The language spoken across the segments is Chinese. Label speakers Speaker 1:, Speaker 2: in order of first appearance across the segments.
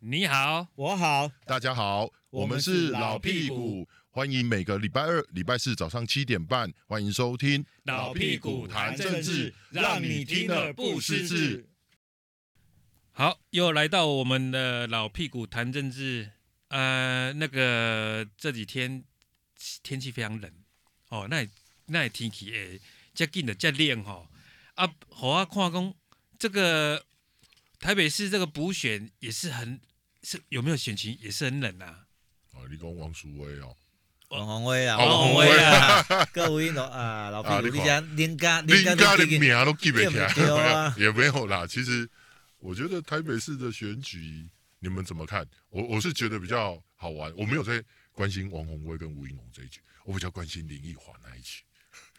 Speaker 1: 你好，
Speaker 2: 我好，
Speaker 3: 大家好，
Speaker 2: 我
Speaker 3: 我
Speaker 2: 们
Speaker 3: 们
Speaker 2: 是
Speaker 3: 是
Speaker 2: 老
Speaker 3: 老
Speaker 2: 屁
Speaker 3: 屁
Speaker 2: 股
Speaker 3: 股，欢迎每个礼拜二、礼拜四早上七点半，欢迎收听
Speaker 1: 老屁股谈政治，
Speaker 3: 让你听了不失智。
Speaker 1: 好，又来到我们的老屁股谈政治。呃，那个这几天天气非常冷哦，那那的天气诶，接近的接冷吼、啊，好啊，看讲这个台北市这个补选也是很是有没有选情也是很冷啊。
Speaker 3: 哦，你讲王淑薇哦，
Speaker 2: 王宏威啊，
Speaker 3: 好
Speaker 2: 王
Speaker 3: 王
Speaker 2: 宏
Speaker 3: 宏
Speaker 2: 威
Speaker 3: 威
Speaker 2: 啊， 各位老啊老
Speaker 3: 啊
Speaker 2: 屁
Speaker 3: 你
Speaker 2: 股，
Speaker 3: 看
Speaker 2: 你讲林家
Speaker 3: 你家
Speaker 2: 都
Speaker 3: 的
Speaker 2: 记
Speaker 3: 名
Speaker 2: 得
Speaker 3: 都记不起来
Speaker 2: 记不住啊，
Speaker 3: 也没有啦。其实我觉得台北市的选举，你们怎么看？我我是觉得比较好玩，我没有在关心王宏威跟吴怡农这一局，我比较关心林奕华那一局。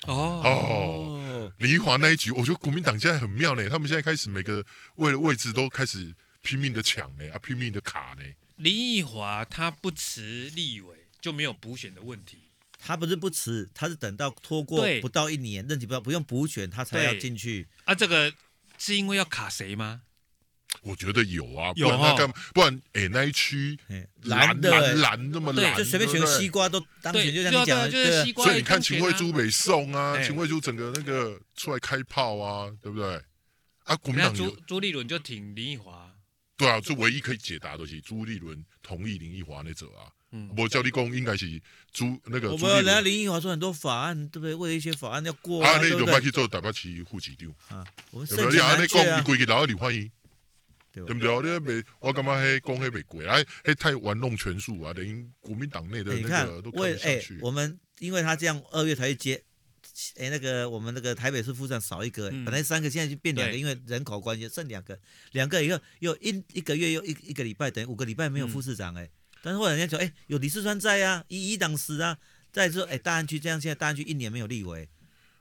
Speaker 1: 哦
Speaker 3: 哦林奕华那一局，我觉得国民党现在很妙呢，他们现在开始每个为了位置都开始拼命的抢呢，啊，拼命的卡呢。
Speaker 1: 林奕华他不辞立委就没有补选的问题。
Speaker 2: 他不是不辞，他是等到拖过
Speaker 1: 对
Speaker 2: 不到一年，任期不到不用补选，他才要
Speaker 1: 对
Speaker 2: 进去。
Speaker 1: 啊，这个是因为要卡谁吗？
Speaker 3: 我觉得有啊，不
Speaker 1: 有
Speaker 3: 然他
Speaker 1: 哦
Speaker 3: 干嘛？不然哎、那一区
Speaker 2: 哎
Speaker 3: 蓝
Speaker 2: 的
Speaker 3: 蓝
Speaker 2: 欸，
Speaker 3: 蓝那么
Speaker 1: 对
Speaker 3: 蓝，
Speaker 2: 就随便选个
Speaker 3: 对不对
Speaker 2: 西。瓜都当选，
Speaker 1: 对，
Speaker 2: 就
Speaker 1: 对
Speaker 2: 像你
Speaker 1: 啊，对
Speaker 2: 讲
Speaker 1: 啊，
Speaker 2: 的，
Speaker 1: 就是
Speaker 2: 对
Speaker 1: 西
Speaker 2: 啊
Speaker 1: 瓜
Speaker 3: 所以
Speaker 1: 也
Speaker 3: 你看
Speaker 1: 当选啊。
Speaker 3: 秦惠珠北宋啊，
Speaker 1: 哎
Speaker 3: 秦惠珠整个那个出来开炮啊，对不对？啊，国民
Speaker 1: 人家
Speaker 3: 党
Speaker 1: 朱
Speaker 3: 有
Speaker 1: 朱立伦就挺林奕华，
Speaker 3: 对啊，这唯一可以解答的是朱立伦同意林奕华那者啊。
Speaker 1: 嗯，
Speaker 3: 我教立功应该是朱那个
Speaker 2: 我
Speaker 3: 朱
Speaker 2: 们
Speaker 3: 立
Speaker 2: 人家
Speaker 3: 伦，
Speaker 2: 林奕华说很多法案，对不对？为了一些法案要过
Speaker 3: 啊，
Speaker 2: 对
Speaker 3: 那
Speaker 2: 不
Speaker 3: 就派
Speaker 2: 对？
Speaker 3: 去做台北市副市长，
Speaker 2: 啊，我们
Speaker 3: 对
Speaker 2: 圣
Speaker 3: 不
Speaker 2: 经
Speaker 3: 对？啊，
Speaker 2: 难
Speaker 3: 那
Speaker 2: 却
Speaker 3: 讲
Speaker 2: 啊
Speaker 3: 你，规个老你欢迎，
Speaker 2: 对
Speaker 3: 对
Speaker 2: 吧
Speaker 3: 不？对？你没，我感觉嘿讲嘿没贵，哎哎太玩弄权术啊，等于国民党内的
Speaker 2: 哎你
Speaker 3: 那
Speaker 2: 看
Speaker 3: 个都，看
Speaker 2: 为
Speaker 3: 不下
Speaker 2: 哎
Speaker 3: 去，。
Speaker 2: 我们因为他这样二月才会接，哎，那个我们那个台北市副市长少一个，哎
Speaker 1: 嗯
Speaker 2: 本来三个，现在就变两个，
Speaker 1: 对
Speaker 2: 因为人口关系剩两个，两个以后又一一个月又一一个礼拜，等于五个礼拜没有
Speaker 3: 嗯
Speaker 2: 副市长哎。但是后来人家说，哎，有李世川在啊，以一党十啊，再说哎大安区这样，现在大安区一年没有立委，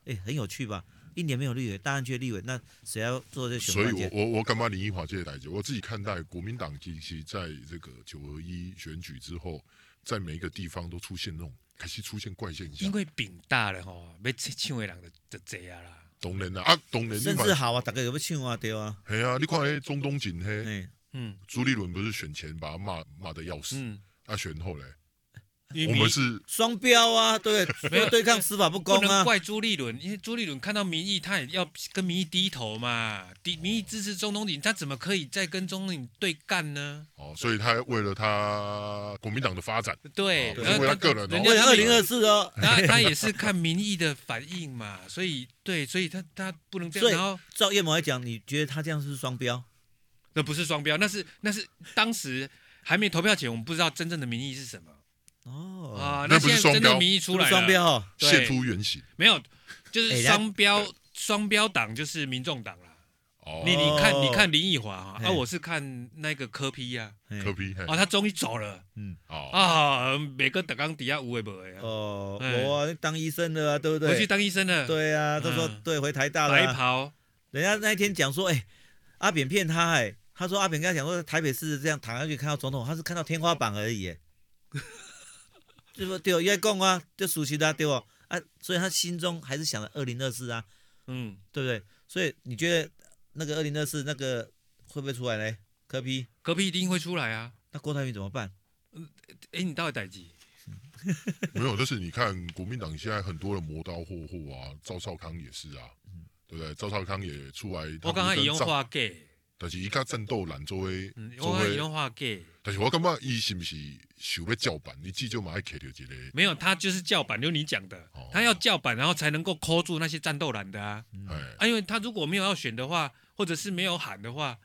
Speaker 2: 哎，很有趣吧？一年没有立委，大安区的立委，那谁要做这选
Speaker 3: 所以
Speaker 2: 关
Speaker 3: 我
Speaker 2: 键？
Speaker 3: 我我干嘛林奕华这些台阶？我自己看待国民党其实在这个九合一选举之后，在每一个地方都出现那种开始出现怪现
Speaker 1: 因
Speaker 3: 象。
Speaker 1: 为饼大了吼，要吃唱的人就就这啊啦。
Speaker 3: 当然啦，啊，当然你
Speaker 2: 甚
Speaker 3: 嘛
Speaker 2: 至，好啊，大家有没有唱啊？对啊，
Speaker 3: 哎呀、啊，你看那中东锦嘿，
Speaker 2: 哎，
Speaker 1: 嗯
Speaker 3: 朱立伦不是选前把他骂骂的要死，
Speaker 1: 嗯，
Speaker 3: 啊，选后嘞，
Speaker 1: 因
Speaker 2: 嗯
Speaker 3: 我
Speaker 1: 为
Speaker 3: 们是
Speaker 2: 双标啊，对 不
Speaker 1: 没有
Speaker 2: 对？对抗司法不
Speaker 1: 不
Speaker 2: 公
Speaker 1: 能
Speaker 2: 啊。
Speaker 1: 怪朱立伦，因为朱立伦看到民意，他也要跟民意低头嘛，低民意支持中东锦，他怎么可以再跟中东锦对干呢？
Speaker 3: 哦，所以他为了他国民党的发展，
Speaker 1: 对，
Speaker 3: 哦不
Speaker 2: 是
Speaker 1: 然后
Speaker 3: 为了
Speaker 1: 他
Speaker 3: 个人哦
Speaker 1: 人
Speaker 3: 人
Speaker 1: 家
Speaker 2: 为了二
Speaker 3: 家
Speaker 1: 朱立
Speaker 2: 零
Speaker 1: 伦
Speaker 2: 二四哦，
Speaker 1: 他他也是看民意的反应嘛，所以对，所以他他不能这
Speaker 2: 所
Speaker 1: 样。
Speaker 2: 以
Speaker 1: 然后
Speaker 2: 照叶某来讲，你觉得他这样是不是双标？
Speaker 1: 那不是双标，那是那是当时还没投票前，我们不知道真正的民意是什么
Speaker 2: 哦，
Speaker 1: 啊、
Speaker 3: 那不
Speaker 1: 现在
Speaker 3: 是双
Speaker 1: 真正
Speaker 3: 标
Speaker 1: 民意出
Speaker 2: 是不
Speaker 1: 来
Speaker 2: 是
Speaker 1: 了，
Speaker 2: 双标哦，
Speaker 1: 对
Speaker 3: 现出原形。
Speaker 1: 没有，就
Speaker 2: 哎
Speaker 1: 是
Speaker 2: 人家
Speaker 1: 双标，双标党就是民众党啦。
Speaker 3: 哦，
Speaker 1: 你你看，你看林奕华哈，
Speaker 2: 哎
Speaker 1: 啊，我是看那个柯批呀，
Speaker 2: 嘿
Speaker 3: 柯批，嘿
Speaker 1: 啊，他终于走了
Speaker 2: 嗯
Speaker 3: 哦，
Speaker 1: 啊，每个党纲底下无为不为啊，
Speaker 2: 哦，
Speaker 1: 哎
Speaker 2: 我啊当医生的啊，对不
Speaker 1: 回去
Speaker 2: 对？
Speaker 1: 当医生了，
Speaker 2: 对啊，都说
Speaker 1: 嗯
Speaker 2: 对，回台大了
Speaker 1: 白
Speaker 2: 啊。
Speaker 1: 袍，
Speaker 2: 人家那一天讲说，哎，阿扁骗他，哎，他说阿扁跟他讲说，台北市这样躺下去看到总统，他是看到天花板 而已，哎对不对？应该讲啊，就熟悉的啊对不？啊，所以他心中还是想着二零二四啊，
Speaker 1: 嗯，
Speaker 2: 对不对？所以你觉得那个二零二四那个会不会出来嘞？柯批，
Speaker 1: 柯批一定会出来啊。
Speaker 2: 那郭台铭怎么办？
Speaker 1: 哎，你到底逮几？
Speaker 3: 没有，但是你看国民党现在很多的磨刀霍霍啊，赵少康也是啊，对不对？赵少康也出来，
Speaker 1: 嗯我刚刚
Speaker 3: 他
Speaker 1: 引
Speaker 3: 们
Speaker 1: 用
Speaker 3: 跟战，
Speaker 1: 化 gay，
Speaker 3: 但是一个战斗蓝周围
Speaker 1: 嗯，，我
Speaker 3: 周
Speaker 1: 刚刚引
Speaker 3: 围，
Speaker 1: 用化 gay，
Speaker 3: 但是我感觉伊是不是想要叫板，你至少嘛要揢到一个，
Speaker 1: 没有，他就是叫板，就你讲的
Speaker 3: 哦，
Speaker 1: 他要叫板，然后才能够扣住那些战斗蓝的啊。
Speaker 2: 嗯
Speaker 3: 哎，
Speaker 1: 啊，因为他如果没有要选的话，或者是没有喊的话，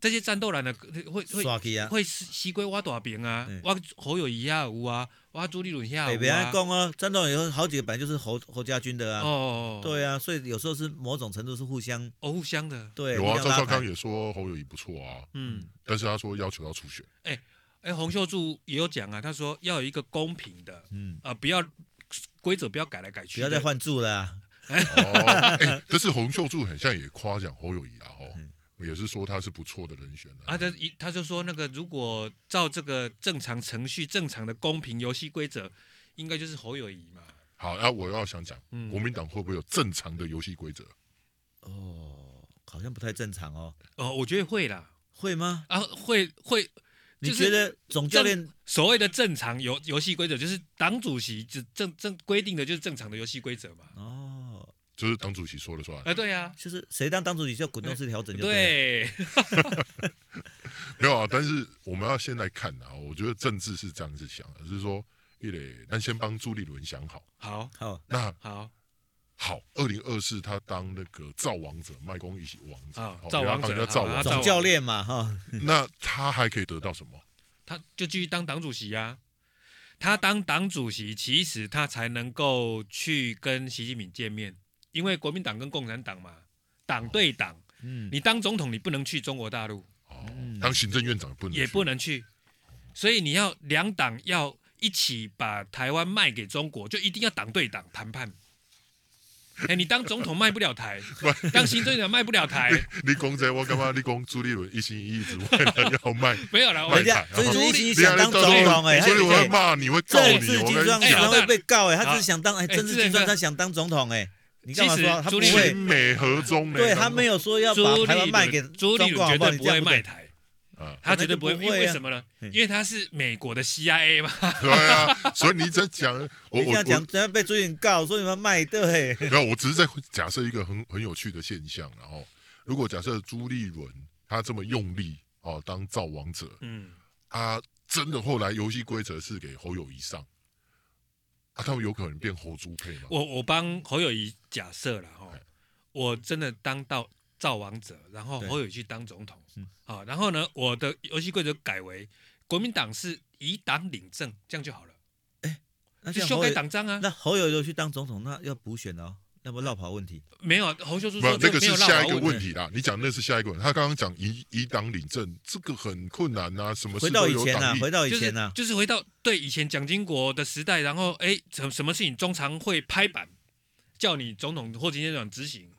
Speaker 1: 这些战斗蓝的会会
Speaker 2: 刷去啊！
Speaker 1: 会西西归挖大饼啊
Speaker 2: 对，
Speaker 1: 挖侯友谊也有啊，挖朱立伦也有啊。
Speaker 2: 北北安讲哦，战斗有好几个本来就是侯侯家军的啊，
Speaker 1: 哦，
Speaker 2: 对啊，所以有时候是某种程度是互相
Speaker 1: 哦，互相的，
Speaker 2: 对
Speaker 3: 有啊，
Speaker 2: 互
Speaker 3: 赵
Speaker 2: 相
Speaker 3: 少
Speaker 2: 拉
Speaker 3: 康
Speaker 2: 抬。
Speaker 3: 也说侯友谊不错啊，
Speaker 1: 嗯，
Speaker 3: 但是他说要求要初 选，
Speaker 1: 哎，洪秀柱也有讲啊，他说要有一个公平的，
Speaker 2: 嗯，
Speaker 1: 啊，不要规则不要改来改去
Speaker 2: 不
Speaker 1: 的，
Speaker 2: 要再换柱了啊，
Speaker 3: 哦，哎，但是洪秀柱很像也夸奖侯友谊啊，吼，也是说他是不错的人选
Speaker 1: 嗯啊，他一他就说那个如果照这个正常程序、正常的公平游戏规则，应该就是侯友谊嘛。
Speaker 3: 好，那我要想讲，
Speaker 1: 嗯
Speaker 3: 国民党会不会有正常的游戏规则？
Speaker 2: 哦，好像不太正常哦，
Speaker 1: 哦，我觉得会啦，
Speaker 2: 会吗？
Speaker 1: 啊，会会，
Speaker 2: 你
Speaker 1: 就是
Speaker 2: 觉得总教练
Speaker 1: 所谓的正常游游戏规则，就是党主席只正正规定的就是正常的游戏规则嘛。
Speaker 2: 哦，
Speaker 3: 就是党主席说了算
Speaker 1: 啊、。对呀、
Speaker 2: 就是谁当当主席就滚动式调整就了。
Speaker 1: 对，
Speaker 3: 没有啊，但是我们要先来看啊，我觉得政治是这样子想的，是说一磊，咱先帮朱立伦想好。
Speaker 1: 好
Speaker 2: 好，
Speaker 3: 那
Speaker 1: 好
Speaker 3: 好，二零二四他当那个造王者，卖公益王者，
Speaker 1: 啊
Speaker 3: 好，
Speaker 1: 造王者
Speaker 3: 要造
Speaker 1: 好
Speaker 3: 王
Speaker 1: 他
Speaker 3: 者，
Speaker 1: 造
Speaker 2: 总教练嘛哈，
Speaker 3: 那他还可以得到什么？
Speaker 1: 他就继续当党主席呀、他当党主席，其实他才能够去跟习近平见面，因为国民党跟共产党嘛，党对党。
Speaker 2: 嗯，
Speaker 1: 你当总统，你不能去中国大陆，
Speaker 3: 哦
Speaker 2: 嗯，
Speaker 3: 当行政院长也不能去，
Speaker 1: 也不能去，所以你要两党要一起把台湾卖给中国，就一定要党对党谈判。 哎，你当总统卖不了台，当行政长卖不了 台，
Speaker 3: 你公仔，我干嘛？你公朱立伦一心一意只为了要卖，
Speaker 1: 没有啦，我
Speaker 3: 卖
Speaker 2: 人家
Speaker 3: 惨
Speaker 2: 所以
Speaker 1: 朱
Speaker 2: 你
Speaker 1: 立
Speaker 2: 心
Speaker 1: 你
Speaker 2: 想当总统哎，他
Speaker 3: 所以我会
Speaker 2: 哎
Speaker 3: 骂你，会告
Speaker 2: 政
Speaker 3: 你。
Speaker 2: 治
Speaker 3: 我
Speaker 2: 金
Speaker 3: 跟
Speaker 2: 砖
Speaker 3: 你
Speaker 1: 哎
Speaker 2: 常
Speaker 1: 老
Speaker 3: 讲，
Speaker 1: 大
Speaker 2: 会被告哎，他只
Speaker 1: 好
Speaker 2: 是想当哎，
Speaker 1: 哎
Speaker 2: 政治
Speaker 1: 这
Speaker 2: 金
Speaker 1: 个
Speaker 2: 砖他想当总统哎，你干嘛
Speaker 1: 其实
Speaker 2: 说他不
Speaker 1: 朱立
Speaker 2: 会
Speaker 1: 伦？
Speaker 3: 美和中呢？
Speaker 2: 对他没有说要把台湾卖给
Speaker 1: 伦哦朱立
Speaker 2: 中国，
Speaker 1: 伦
Speaker 2: 好
Speaker 1: 绝
Speaker 2: 不好？
Speaker 1: 对
Speaker 2: 你
Speaker 1: 不
Speaker 2: 这样
Speaker 1: 会
Speaker 2: 不
Speaker 1: 卖
Speaker 2: 对。
Speaker 1: 台，
Speaker 3: 啊，
Speaker 1: 他绝对不会，
Speaker 2: 本
Speaker 1: 因
Speaker 2: 来就不会啊
Speaker 1: 为为什么呢？
Speaker 2: 嗯
Speaker 1: 因为他是美国的 CIA 嘛，
Speaker 3: 对啊，所以你在讲，我
Speaker 2: 你这
Speaker 3: 我
Speaker 2: 样讲，等下被朱立伦告说你们卖 对。
Speaker 3: 然后我只是在假设一个很很有趣的现象，然后如果假设朱立伦他这么用力哦，当造王者，
Speaker 1: 嗯，
Speaker 3: 他真的后来游戏规则是给侯友谊上，啊，他们有可能变侯猪配吗？
Speaker 1: 我我帮侯友谊假设了哈
Speaker 3: 哎，
Speaker 1: 我真的当到造王者，然后
Speaker 2: 对
Speaker 1: 侯友谊去当总统
Speaker 2: 嗯，
Speaker 1: 好、然后呢，我的游戏规则改为国民党是以党领政，这样就好了，
Speaker 2: 那
Speaker 1: 就
Speaker 2: 像
Speaker 1: 修
Speaker 2: 侯
Speaker 1: 改
Speaker 2: 友
Speaker 1: 党章啊。
Speaker 2: 那侯友友去当总统，那要补选哦，要不绕跑问题。
Speaker 1: 没有啊，侯秀珠
Speaker 3: 不
Speaker 1: 说，
Speaker 3: 那个
Speaker 1: 没
Speaker 3: 是
Speaker 1: 有
Speaker 3: 下一
Speaker 1: 绕啊
Speaker 3: 个
Speaker 1: 跑
Speaker 3: 问题啦。你讲那是下一个问题。他刚刚讲以以党领政，这个很困难呐、什么
Speaker 2: 回
Speaker 3: 事
Speaker 2: 到
Speaker 3: 都
Speaker 2: 以
Speaker 3: 有
Speaker 2: 前
Speaker 3: 党
Speaker 2: 啊，
Speaker 3: 意。
Speaker 2: 回到以
Speaker 1: 就是
Speaker 2: 前啊，
Speaker 1: 就是回到对以前蒋经国的时代，然后哎，什什么事情中常会拍板，叫你总统或行政长执行，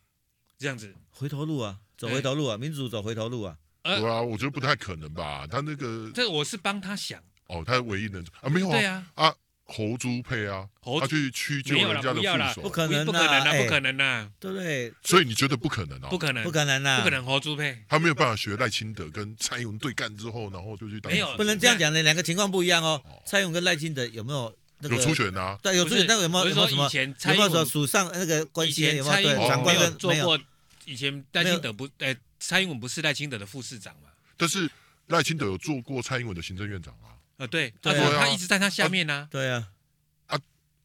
Speaker 1: 这样子。
Speaker 2: 回头路啊，走
Speaker 1: 哎
Speaker 2: 回头路啊，民主走回头路啊。
Speaker 1: 呃
Speaker 3: 对啊，我觉得不太可能吧。他那个
Speaker 1: 这我是帮他想，
Speaker 3: 哦，他唯一能啊，没有
Speaker 1: 对
Speaker 3: 啊
Speaker 1: 啊，
Speaker 3: 啊，侯猪配啊，
Speaker 1: 侯
Speaker 3: 他去屈就
Speaker 1: 没有啦
Speaker 3: 人家的
Speaker 1: 不要啦
Speaker 3: 副
Speaker 2: 不
Speaker 3: 手，
Speaker 2: 可能啊，
Speaker 1: 不可能啊，
Speaker 2: 哎
Speaker 1: 不可，能啊，
Speaker 2: 对不对？
Speaker 3: 所以你觉得不可能啊？
Speaker 1: 不可能，
Speaker 2: 不可能啊，
Speaker 1: 哎不可，能侯朱配，
Speaker 3: 他没有办法学赖清德跟蔡英文对干之后，然后就去当
Speaker 1: 没有
Speaker 2: 不能这样讲的，两个情况不一样哦。蔡勇跟赖清德有没有那个
Speaker 3: 有初？选啊，
Speaker 2: 对，有出
Speaker 1: 不
Speaker 2: 选，
Speaker 1: 是
Speaker 2: 那个有没有
Speaker 1: 我是
Speaker 2: 有没有什
Speaker 1: 说
Speaker 2: 么
Speaker 1: 以？前
Speaker 2: 有
Speaker 1: 蔡
Speaker 2: 没有
Speaker 1: 英
Speaker 2: 说
Speaker 1: 文，
Speaker 2: 属上呃那个关
Speaker 1: 以
Speaker 2: 系？有
Speaker 1: 前
Speaker 2: 没
Speaker 1: 蔡
Speaker 2: 有
Speaker 1: 英
Speaker 2: 对
Speaker 1: 文
Speaker 2: 长
Speaker 1: 没
Speaker 2: 官
Speaker 1: 有
Speaker 2: 跟
Speaker 1: 做
Speaker 2: 没有？
Speaker 1: 过，以前赖清德不，哎，蔡英文不是赖清德的副市长嘛？
Speaker 3: 但是赖清德有做过蔡英文的行政院长啊。
Speaker 1: 呃，对，
Speaker 2: 对
Speaker 1: 他
Speaker 2: 啊
Speaker 1: 他一直在他下面呢，
Speaker 2: 对啊，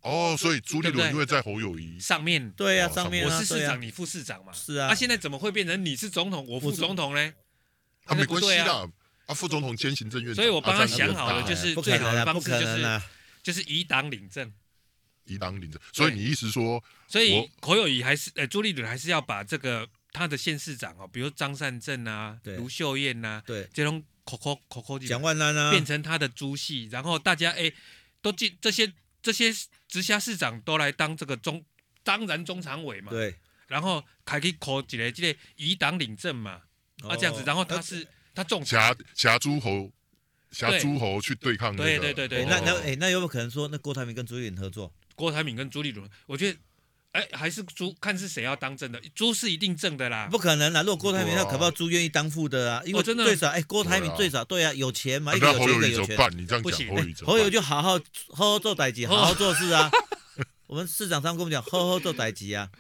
Speaker 3: 哦，所以朱立
Speaker 1: 对不
Speaker 3: 伦
Speaker 1: 对
Speaker 3: 因为在侯友谊，
Speaker 1: 上面
Speaker 2: 对啊，
Speaker 3: 哦
Speaker 2: 上面
Speaker 1: 我
Speaker 2: 啊，
Speaker 1: 是市
Speaker 2: 对啊
Speaker 1: 长，你副市长嘛？
Speaker 2: 是啊
Speaker 1: 啊，现在怎么会变成你是总统，我副
Speaker 2: 我是
Speaker 1: 总统嘞？
Speaker 3: 啊，没关系
Speaker 1: 对
Speaker 3: 啦，啊，副总统兼行政院长，
Speaker 1: 所以我帮他
Speaker 3: 啊这样
Speaker 1: 想好了
Speaker 3: 就很大
Speaker 1: 就是
Speaker 2: 不可能
Speaker 1: 最好的
Speaker 2: 啊，
Speaker 1: 方
Speaker 2: 不
Speaker 1: 式
Speaker 2: 可能啊。
Speaker 1: 就是以党领政，
Speaker 3: 以党领政，所以你意思说
Speaker 1: 所
Speaker 3: 我
Speaker 1: 以侯友谊还是呃朱立伦还是要把这个他的县市长哦，比如张善政啊、
Speaker 2: 对
Speaker 1: 卢秀燕呐、
Speaker 2: 对，
Speaker 1: 这种口口口口
Speaker 2: 蒋万安啊，
Speaker 1: 变成他的朱系，然后大家哎都进这些这些直辖市长都来当这个中，当然中常委嘛，
Speaker 2: 对，
Speaker 1: 然后还可以考几个这个以党领政嘛，啊这样子，
Speaker 2: 哦
Speaker 1: 然后他是、他中
Speaker 3: 挟挟诸侯，挟
Speaker 1: 对
Speaker 3: 诸侯去对抗那个。
Speaker 1: 对对对对
Speaker 2: 哎，那那
Speaker 3: 哦
Speaker 2: 哎，那有没有可能说，那郭台铭跟朱立伦合作？
Speaker 1: 郭台铭跟朱立伦，我觉得。哎，还是朱看是谁要当政的，朱是一定正的啦。
Speaker 2: 不可能啦！如果郭台铭
Speaker 3: 对
Speaker 2: 要
Speaker 3: 啊
Speaker 2: 搞不好朱愿意当副的啊，因
Speaker 1: 啊
Speaker 2: 为
Speaker 1: 哦真的
Speaker 2: 最少哎，郭台
Speaker 3: 对
Speaker 2: 铭
Speaker 3: 啊
Speaker 2: 最少对啊，有钱嘛，
Speaker 3: 啊
Speaker 2: 一个
Speaker 3: 那
Speaker 2: 有
Speaker 3: 侯
Speaker 2: 钱一
Speaker 3: 友
Speaker 2: 个
Speaker 3: 谊
Speaker 2: 有
Speaker 3: 怎么
Speaker 2: 钱。
Speaker 3: 办？你这样
Speaker 1: 不
Speaker 3: 讲，
Speaker 1: 行
Speaker 3: 侯友谊怎么
Speaker 2: 侯
Speaker 3: 办？
Speaker 2: 友就好好好好做代级，
Speaker 1: 好
Speaker 2: 好好做事 啊。我们市长上跟我们讲，好好做代级啊，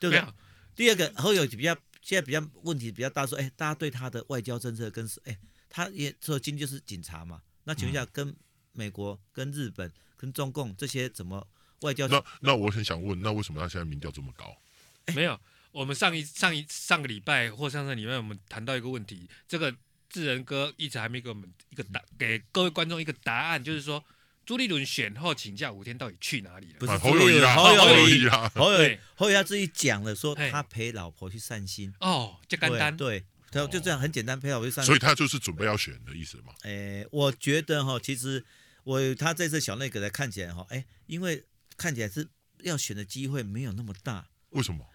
Speaker 2: 对不
Speaker 1: 没
Speaker 2: 对
Speaker 1: 有？
Speaker 2: 第二个侯友比较现在比较问题比较大，说哎，大家对他的外交政策跟哎，他也说今就是警察嘛，那请问一
Speaker 3: 嗯
Speaker 2: 下，跟美国、跟日本、跟中共这些怎么外交？
Speaker 3: 那那我很想问，那为什么他现在民调这么高？
Speaker 1: 没有，我们上一上一上个礼拜或上上礼拜，我们谈到一个问题，这个智仁哥一直还没给我们一个答，给各位观众一个答案，就是说朱立伦选后请假五天到底去哪里
Speaker 2: 不
Speaker 1: 了？
Speaker 2: 是
Speaker 3: 啊，
Speaker 2: 朱
Speaker 3: 侯友
Speaker 2: 立
Speaker 3: 谊
Speaker 2: 伦
Speaker 3: 啦，
Speaker 2: 侯
Speaker 1: 友
Speaker 3: 友
Speaker 2: 谊
Speaker 3: 谊啦，
Speaker 2: 侯友
Speaker 1: 对
Speaker 2: 侯友他自己讲了，说
Speaker 1: 嘿
Speaker 2: 他陪老婆去散心。
Speaker 1: 哦，这干单，
Speaker 2: 对，啊对他就这样很简单，陪老婆去散心
Speaker 3: 哦所以。他就是准备要选的意思嘛。
Speaker 2: 诶，我觉得哈，其实我他这次小内阁来看起来哈，诶，因为看起来是要选的机会没有那么大，
Speaker 3: 为什么？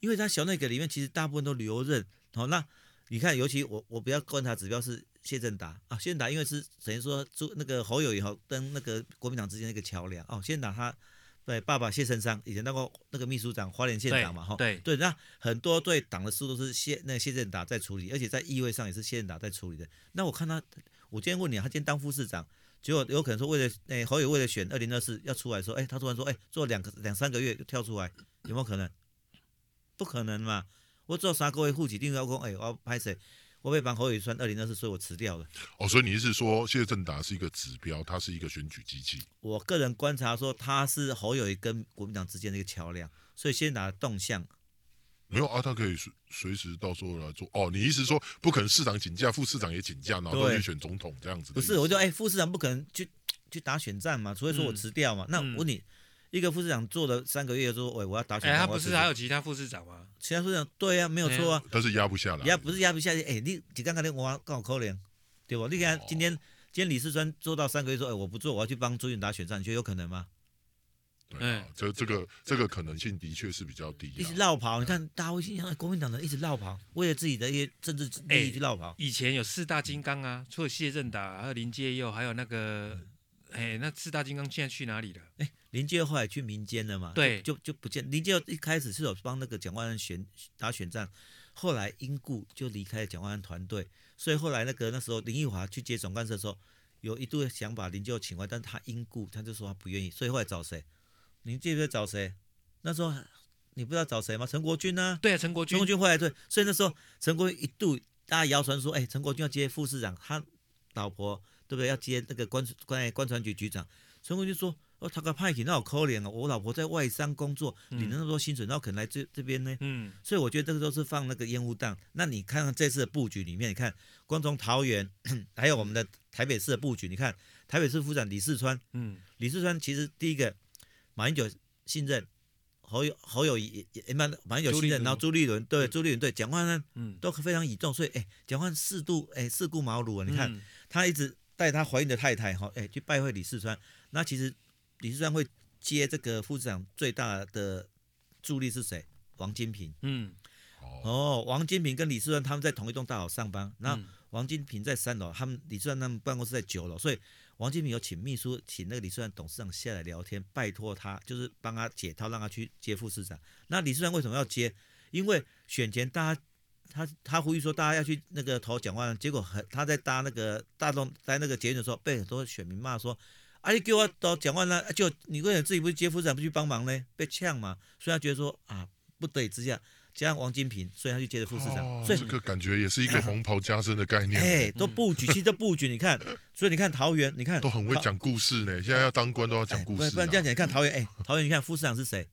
Speaker 2: 因为他小内阁里面其实大部分都留任。好、那你看，尤其我我比较观察指标是谢振达啊，谢振达因为是等于说朱那个侯友宜哈跟那个国民党之间的一个桥梁哦，谢振达他。对，爸爸谢胜商以前当过那个秘书长，花莲县长嘛，哈，
Speaker 1: 对
Speaker 2: 对，那很多对党的事都是谢那个谢振达在处理，而且在议会上也是谢振达在处理的。那我看他，我今天问你，他今天当副市长，结果有可能说为了哎、侯友为了选二零二四要出来说，哎、他突然说哎、做两个两三个月就跳出来，有没有可能？不可能嘛！我做三个月户籍定要工，哎、我要拍谁？我被帮侯友宜算二零二四，所以我辞掉了。
Speaker 3: 哦，所以你是说谢振达是一个指标，它是一个选举机器？
Speaker 2: 我个人观察说，他是侯友宜跟国民党之间的一个桥梁，所以先拿动向
Speaker 3: 没有啊，他可以随随时到时候来做。哦，你意思说不可能市长请假，副市长也请假，然后都
Speaker 2: 对
Speaker 3: 去选总统这样子的
Speaker 2: 不
Speaker 3: 意思？
Speaker 2: 是，我就哎、副市长不可能去去打选战嘛，除非说我
Speaker 1: 嗯
Speaker 2: 辞掉嘛。那
Speaker 1: 嗯
Speaker 2: 我问你，一个副市长做了三个月之后，哎、我要打选
Speaker 1: 哎、
Speaker 2: 战，
Speaker 1: 他
Speaker 2: 我要
Speaker 1: 不
Speaker 2: 辞
Speaker 1: 是
Speaker 2: 职
Speaker 1: 还有其他副市长吗？
Speaker 2: 其他副市长对呀、啊，没有错啊，
Speaker 3: 但是压不下来。
Speaker 2: 压、不是压不下去，哎、你你刚刚那我刚好扣脸，对不？你
Speaker 1: 哦
Speaker 2: 看今天、今天李世川做到三个月说，哎、我不做，我要去帮朱云达选战，你觉得有可能吗？
Speaker 3: 对啊，这这个这个可能性的确是比较低、
Speaker 2: 嗯一直嗯
Speaker 3: 啊。
Speaker 2: 绕跑，你看大家会心想，哎国民党人一直绕跑，为了自己的一些政治利益去绕跑。
Speaker 1: 以前有四大金刚啊，除了谢振达，还有林介佑，还有那个，哎、那四大金刚现在去哪里了？
Speaker 2: 林介佑后来去民间了嘛，
Speaker 1: 对
Speaker 2: 就就不见。林介佑一开始是有帮那个蒋万安选打选战，后来因故就离开了蒋万安团队，所以后来那个那时候林奕华去接总干事的时候，有一度想把林介佑请回来，但是他因故他就说他不愿意，所以后来找谁？林介佑找谁？那时候你不知道找谁吗？陈国军呢、
Speaker 1: 对啊，陈国
Speaker 2: 陈
Speaker 1: 军
Speaker 2: 国，军后来对，所以那时候陈国军一度大家谣传说，哎、陈国军要接副市长，他老婆对不对？要接那个关关关船局局长。陈国军说：“哦，他个派去那好可怜哦，我老婆在外商工作，领了那么多薪水，然后肯来这这边呢。”
Speaker 1: 嗯，
Speaker 2: 所以我觉得这个都是放那个烟雾弹。那你看看这次的布局里面，你看光从桃园， 还有我们的台北市的布局，你看台北市副长李世川，
Speaker 1: 嗯，
Speaker 2: 李世川其实第一个马英九信任，侯友侯友宜也也蛮马英九
Speaker 1: 朱
Speaker 2: 信
Speaker 1: 立
Speaker 2: 任，
Speaker 1: 伦
Speaker 2: 然后朱立伦对朱立伦对蒋万安
Speaker 1: 嗯，
Speaker 2: 都非常倚重，所以哎，蒋万安四度哎四顾茅庐啊，你看、
Speaker 1: 嗯，
Speaker 2: 他一直带他怀孕的太太哈哎去拜会李世川，那其实李世川会接这个副市长最大的助力是谁？王金平
Speaker 1: 嗯，
Speaker 3: 哦，
Speaker 2: 哦，王金平跟李世川他们在同一栋大楼上班，那
Speaker 1: 嗯
Speaker 2: 王金平在三楼，他们李世川他们办公室在九楼，所以王金平有请秘书，请那个李世川董事长下来聊天，拜托他，就是帮他解套，让他去接副市长。那李世川为什么要接？因为选前大家他他呼吁说大家要去那个投蒋万安，结果很他在搭那个大众在那个捷运的时候，被很多选民骂说。啊！你给我到蒋万安，啊就你为什么自己不去接副市长，不去帮忙呢？被呛嘛，所以他觉得说啊，不得已之下，加上王金平，所以他去接了副市长。
Speaker 3: 哦
Speaker 2: 所以
Speaker 3: 这个感觉也是一 个红袍加身的概念，
Speaker 2: 哎、都布局，其实都布局。你 看，所以你看桃园，你看
Speaker 3: 都很会
Speaker 2: 桃
Speaker 3: 讲故事呢。现在要当官都要讲
Speaker 2: 哎
Speaker 3: 故
Speaker 2: 不然
Speaker 3: 事、
Speaker 2: 不然这
Speaker 3: 啊
Speaker 2: 样。讲，你看桃园，哎、桃园，你看副市长是谁？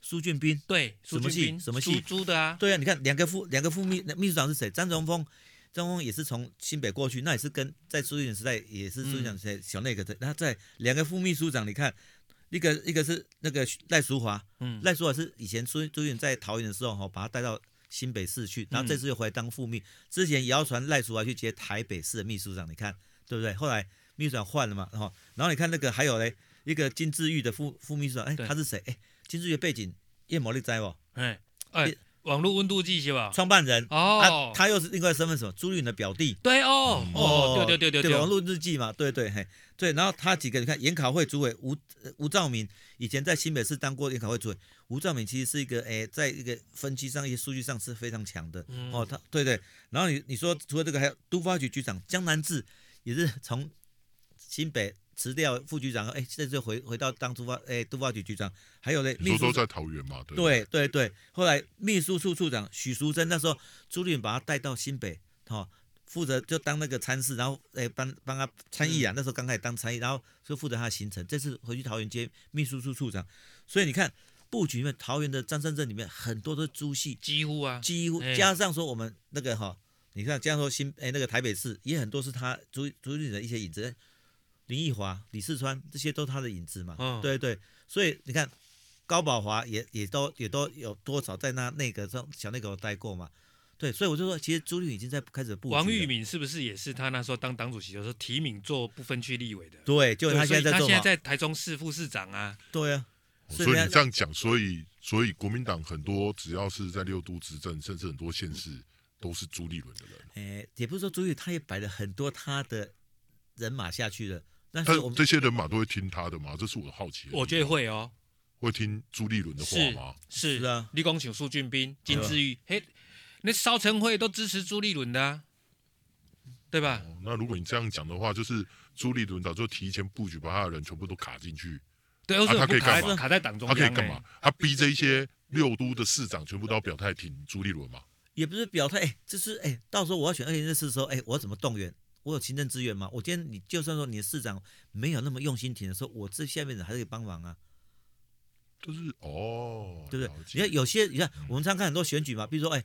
Speaker 2: 苏俊斌。
Speaker 1: 对，苏
Speaker 2: 什么
Speaker 1: 俊
Speaker 2: 戏
Speaker 1: 斌
Speaker 2: 什么戏
Speaker 1: 猪猪的啊，
Speaker 2: 对啊，你看两个副两个副秘秘书长是谁？张荣峰，张荣峰也是从新北过去，那也是跟在苏俊时代也是苏俊长时代小内阁的。那在两个副秘书长，你看一个一个是那个赖淑华，
Speaker 1: 嗯，
Speaker 2: 赖淑华是以前朱朱远在桃园的时候哈、把他带到新北市
Speaker 1: 嗯
Speaker 2: 去，然后这次又回来当副秘。之前也要传赖淑华去接台北市的秘书长，你看对不对？后来秘书长换了嘛，哈、然后你看那个还有嘞，一个金志玉的副副秘书长，哎，
Speaker 1: 对
Speaker 2: 他是谁？哎，金志玉的背景，叶某利在哦，
Speaker 1: 哎，哎，网络温度计是吧？
Speaker 2: 创办人。
Speaker 1: 哦
Speaker 2: 啊，，他又是另外身份是什么？朱立伦的表弟
Speaker 1: 对哦，哦，对对对
Speaker 2: 嗯对，网
Speaker 1: 对，
Speaker 2: 络日记嘛，对对嘿，对。然后他几个，你看研考会主委吴呃吴兆明，以前在新北市当过研考会主委。吴兆明其实是一个诶，在一个分析上、一些数据上是非常强的。
Speaker 1: 嗯
Speaker 2: 哦，他对对。然后你你说除了这个，还有都发局局长江南志，也是从新北辞掉副局长，哎，这次回回到当都发诶都发局局长。还有嘞，秘
Speaker 3: 你说
Speaker 2: 书
Speaker 3: 都在桃园嘛？对不对
Speaker 2: 对对对，后来秘书处处长许淑珍那时候朱立伦把他带到新北，哦，负责就当那个参事，然后诶帮帮他参议啊，那时候刚开始当参议，然后就负责他的行程。这次回去桃园接秘书处处长，所以你看布局里面桃园的张三镇里面很多都是朱系，
Speaker 1: 几乎啊，
Speaker 2: 几乎
Speaker 1: 哎
Speaker 2: 加上说我们那个哈、你看加上说新哎诶那个台北市也很多是他朱朱立伦的一些影子，哎林奕华、李世川这些都是他的影子嘛，
Speaker 1: 嗯
Speaker 2: 对对，所以你看高宝华也也都也都有多少在那内阁上小内阁有待过嘛，对，所以我就说其实朱立伦已经在开始布局了
Speaker 1: 王玉敏是不是也是他那时候当党主席的时候提名做不分区立委的？
Speaker 2: 对，就
Speaker 1: 对，
Speaker 2: 他
Speaker 1: 所以
Speaker 2: 现在在
Speaker 1: 他
Speaker 2: 做
Speaker 1: 现在在
Speaker 2: 嘛，
Speaker 1: 台中市副市长啊，
Speaker 2: 对啊，
Speaker 3: 哦
Speaker 2: 人
Speaker 3: 所以
Speaker 2: 家
Speaker 3: 你这样讲，所以所以国民党很多只要是在六都执政，甚至很多县市都是朱立伦的人。
Speaker 2: 诶哎也不是说朱立伦他也摆了很多他的人马下去了，但是我
Speaker 3: 但
Speaker 2: 们
Speaker 3: 这些人马都会听他的吗？这是我的好奇的地方。
Speaker 1: 我觉得会哦，
Speaker 3: 会听朱立伦的话
Speaker 1: 是
Speaker 3: 吗？
Speaker 1: 是
Speaker 2: 是啊
Speaker 1: 立功请苏俊斌、金志玉，嘿，那邵成会都支持朱立伦的啊，啊对吧？
Speaker 3: 哦那如果你这样讲的话，就是朱立伦早就提前布局，把他的人全部都卡进去。
Speaker 1: 对，欧洲
Speaker 3: 啊他
Speaker 1: 不
Speaker 3: 可以
Speaker 1: 卡
Speaker 3: 干
Speaker 1: 在
Speaker 3: 嘛
Speaker 1: 卡在党中
Speaker 3: 他
Speaker 1: 央、
Speaker 3: 可
Speaker 1: 欸，
Speaker 3: 以干嘛？他逼这一些六都的市长全部都要表态挺朱立伦嘛？
Speaker 2: 也不是表态，哎，这是哎，到时候我要选二零二四的时候，哎，我要怎么动员？我有行政资源吗？我今天你就算说你的市长没有那么用心挺的时候，我这下面人还是可以帮忙啊，
Speaker 3: 就是哦，
Speaker 2: 对不对
Speaker 3: 了？解嗯
Speaker 2: 你看有些，你看我们常看很多选举嘛，比如说哎，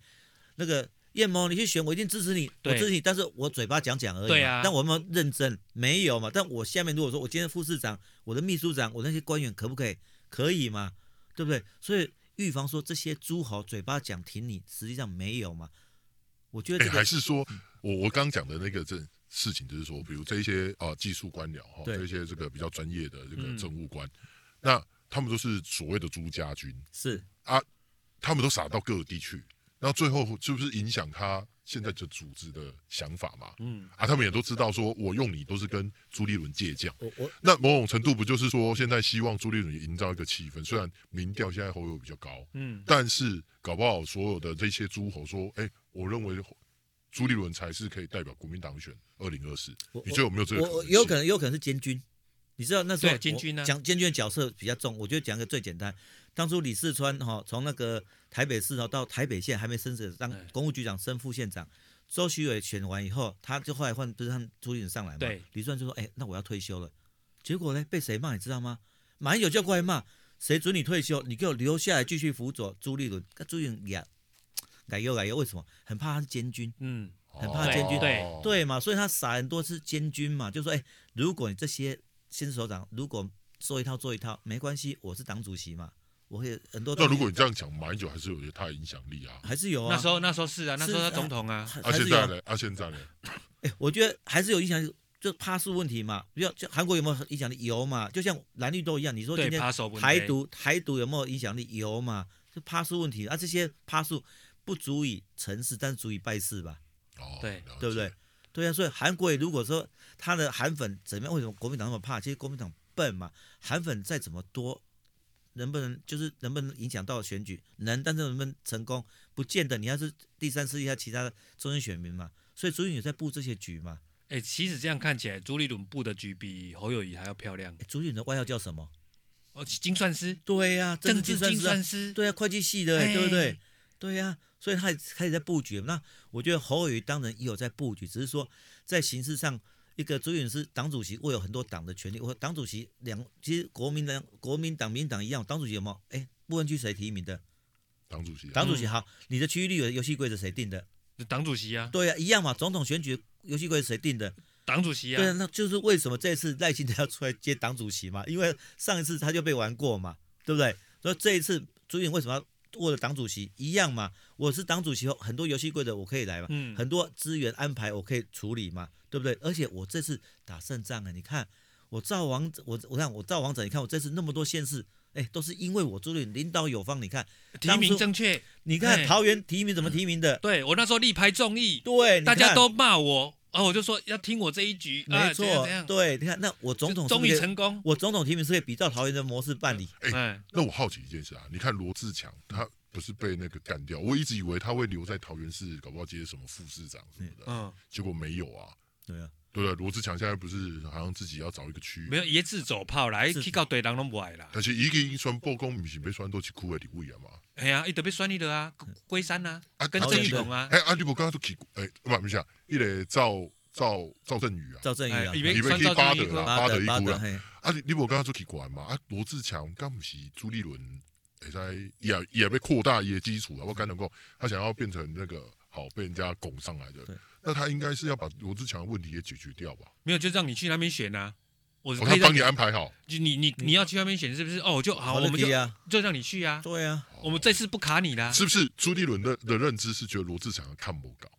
Speaker 2: 那个叶某你去选，我一定支持你，我
Speaker 1: 对
Speaker 2: 支持你，但是我嘴巴讲讲而已嘛。
Speaker 1: 对啊
Speaker 2: 但我有没有认真？没有嘛。但我下面如果说我今天副市长、我的秘书长、我那些官员可不可以？可以嘛，对不对？所以预防说这些诸侯嘴巴讲挺你，实际上没有嘛。我觉得这
Speaker 3: 哎、
Speaker 2: 个嗯
Speaker 3: 还是说我我刚讲的那个这事情，就是说，比如这一些啊、呃技术官僚哈，
Speaker 2: 对
Speaker 3: 这一些这个比较专业的这个
Speaker 1: 嗯
Speaker 3: 政务官，那他们都是所谓的朱家军，
Speaker 2: 是
Speaker 3: 他们都撒到各地去，那最后是不是影响他现在这组织的想法嘛？
Speaker 1: 嗯，
Speaker 3: 啊，他们也都知道说，我用你都是跟朱立伦借将。
Speaker 2: 我我
Speaker 3: 那某种程度不就是说，现在希望朱立伦也营造一个气氛？虽然民调现在侯友比较高，
Speaker 1: 嗯，
Speaker 3: 但是搞不好所有的这些诸侯说，哎、我认为朱立伦才是可以代表国民党选二零二四
Speaker 2: 我，
Speaker 3: 你觉得有没有这个
Speaker 2: 我我
Speaker 3: 能性
Speaker 2: 有可能有可能是监军，你知道那时候
Speaker 1: 对监
Speaker 2: 我
Speaker 1: 军啊
Speaker 2: 讲监军的角色比较重，我就讲一个最简单，当初李四川哈、从那个台北市哈到台北县还没升职，当
Speaker 1: 哎
Speaker 2: 公务局长升副县长，周徐伟选完以后，他就后来换不是他们朱立伦上来嘛，
Speaker 1: 对，
Speaker 2: 李四川就说哎、那我要退休了，结果呢被谁骂你知道吗？马英九就过来骂，谁准你退休？你给我留下来继续辅佐朱立伦，那朱立伦也改又改又为什么？很怕他是监军。
Speaker 1: 嗯，
Speaker 2: 很怕监军
Speaker 1: 对
Speaker 3: 哦
Speaker 2: 对嘛，所以他撒很多次监军嘛，就说哎、如果你这些新手长如果说一套做一套，没关系，我是党主席嘛，我会很多东
Speaker 3: 那
Speaker 2: 西。
Speaker 3: 如果你这样讲，马英九还是有些他的影响力啊。
Speaker 2: 还是有啊，
Speaker 1: 那时候那时候是啊，那时候他总统啊，
Speaker 2: 还
Speaker 3: 啊，
Speaker 2: 还
Speaker 3: 现
Speaker 2: 是有
Speaker 3: 在
Speaker 2: 啊，
Speaker 3: 呢？啊，现在呢？
Speaker 2: 哎、我觉得还是有影响力，就趴树问题嘛，比如就韩国有没有影响力？有嘛，就像蓝绿都一样，你说今
Speaker 1: 对，
Speaker 2: 天
Speaker 1: 扒手不
Speaker 2: 台独台独有没有影响力？有嘛，就趴树问题啊，这些趴树不足以成事，但是足以败事吧。
Speaker 3: 哦，
Speaker 1: 对
Speaker 3: 了解
Speaker 2: 对不对？？对啊，所以韩国也如果说他的韩粉怎么样，为什么国民党那么怕？其实国民党笨嘛，韩粉再怎么多，能不能就是能不能影响到选举？能，但是能不能成功，不见得。你要是第三势力，还有其他的中间选民嘛，所以朱允也在布这些局嘛。
Speaker 1: 哎、其实这样看起来，朱立伦布的局比侯友谊还要漂亮
Speaker 2: 诶。朱允的外号叫什么？
Speaker 1: 哦，精算师，
Speaker 2: 对呀、政
Speaker 1: 政
Speaker 2: 治
Speaker 1: 治
Speaker 2: 算
Speaker 1: 精
Speaker 2: 是啊
Speaker 1: 算师，
Speaker 2: 对啊，会计系的、
Speaker 1: 哎
Speaker 2: 对不对？对呀、所以他也开始在布局。那我觉得侯友宜当然也有在布局，只是说在形式上，一个朱允是党主席，握有很多党的权利。我党主席两，其实国民党、国民党、民进党一样，党主席有没有？哎，不分区谁提名的？
Speaker 3: 党主席啊，
Speaker 2: 党主席好，你的区域立委游戏规则谁定的？
Speaker 1: 党主席啊，
Speaker 2: 对呀、一样嘛。总统选举游戏规则谁定的？
Speaker 1: 党主席
Speaker 2: 对啊，
Speaker 1: 啊，
Speaker 2: 那就是为什么这次赖清德要出来接党主席嘛，因为上一次他就被玩过嘛，对不对？所以这一次朱允为什么要握了党主席一样嘛？我是党主席后，很多游戏规则我可以来嘛，
Speaker 1: 嗯
Speaker 2: 很多资源安排我可以处理嘛，对不对？而且我这次打胜仗啊，你看我造王，我我看我造王者，你看我这次那么多县市，哎，都是因为我朱允领导有方，你看，
Speaker 1: 提
Speaker 2: 当
Speaker 1: 名
Speaker 2: 初
Speaker 1: 正确。
Speaker 2: 你看
Speaker 1: 哎
Speaker 2: 桃园提名怎么提名的？
Speaker 1: 对我那时候力排众议，
Speaker 2: 对，你
Speaker 1: 大家
Speaker 2: 看
Speaker 1: 都骂我，啊，我就说要听我这一局，啊，
Speaker 2: 没
Speaker 1: 怎样
Speaker 2: 错
Speaker 1: 怎，样，
Speaker 2: 对，你看那我总统是
Speaker 1: 终
Speaker 2: 不
Speaker 1: 于
Speaker 2: 是
Speaker 1: 成功。
Speaker 2: 我总统提名是可以比照桃园的模式办理，
Speaker 3: 哎
Speaker 1: 哎，
Speaker 3: 那我好奇一件事啊，你看罗志强他不是被那个干掉，我一直以为他会留在桃园市，搞不好接什么副市长什么的，
Speaker 1: 嗯，
Speaker 3: 结果没有啊。
Speaker 2: 对啊，
Speaker 3: 对不对？罗志强现在不是好像自己要找一个区，
Speaker 1: 没有爷自走炮啦，哎
Speaker 2: 是
Speaker 1: 去到对人拢不爱啦。
Speaker 3: 但是一个英选报公，不是被选都去哭的礼物啊嘛。
Speaker 1: 哎呀，伊特别选你的啊，龟山啊，
Speaker 3: 啊，
Speaker 1: 跟
Speaker 2: 好
Speaker 1: 郑
Speaker 2: 像
Speaker 1: 义
Speaker 2: 对
Speaker 1: 龙啊，
Speaker 3: 哎，啊，你不刚刚都去，哎，不，不是啊，一个赵赵赵振宇啊，
Speaker 2: 赵正宇啊
Speaker 1: 哎，以
Speaker 3: 你
Speaker 1: 为
Speaker 3: 们
Speaker 1: 选
Speaker 3: 去
Speaker 1: 到
Speaker 3: 巴
Speaker 1: 郑义
Speaker 3: 德啊
Speaker 1: 龙
Speaker 3: 啦，
Speaker 2: 巴
Speaker 3: 巴德
Speaker 2: 德
Speaker 3: 一
Speaker 2: 巴
Speaker 3: 哭
Speaker 2: 德，
Speaker 3: 啦。
Speaker 2: 嘿，
Speaker 3: 啊，你你无刚刚出去管嘛？啊，罗志强刚不是朱立伦，会使也也被扩大伊的基础啊。我刚讲过，他想要变成那个好被人家拱上来的
Speaker 2: 对，
Speaker 3: 那他应该是要把罗志强的问题也解决掉吧？
Speaker 1: 没有就让你去那边选啊。我
Speaker 3: 哦、
Speaker 1: 可
Speaker 3: 他
Speaker 1: 以让
Speaker 3: 帮你安排好，
Speaker 1: 就你你
Speaker 2: 嗯
Speaker 1: 你要去那边选是不是？哦，就好，我们就
Speaker 2: 啊，
Speaker 1: 就让你去啊，
Speaker 2: 对啊，
Speaker 1: 我们这次不卡你啦，
Speaker 3: 哦是不是？朱立伦的的认知是觉得罗志强看不搞，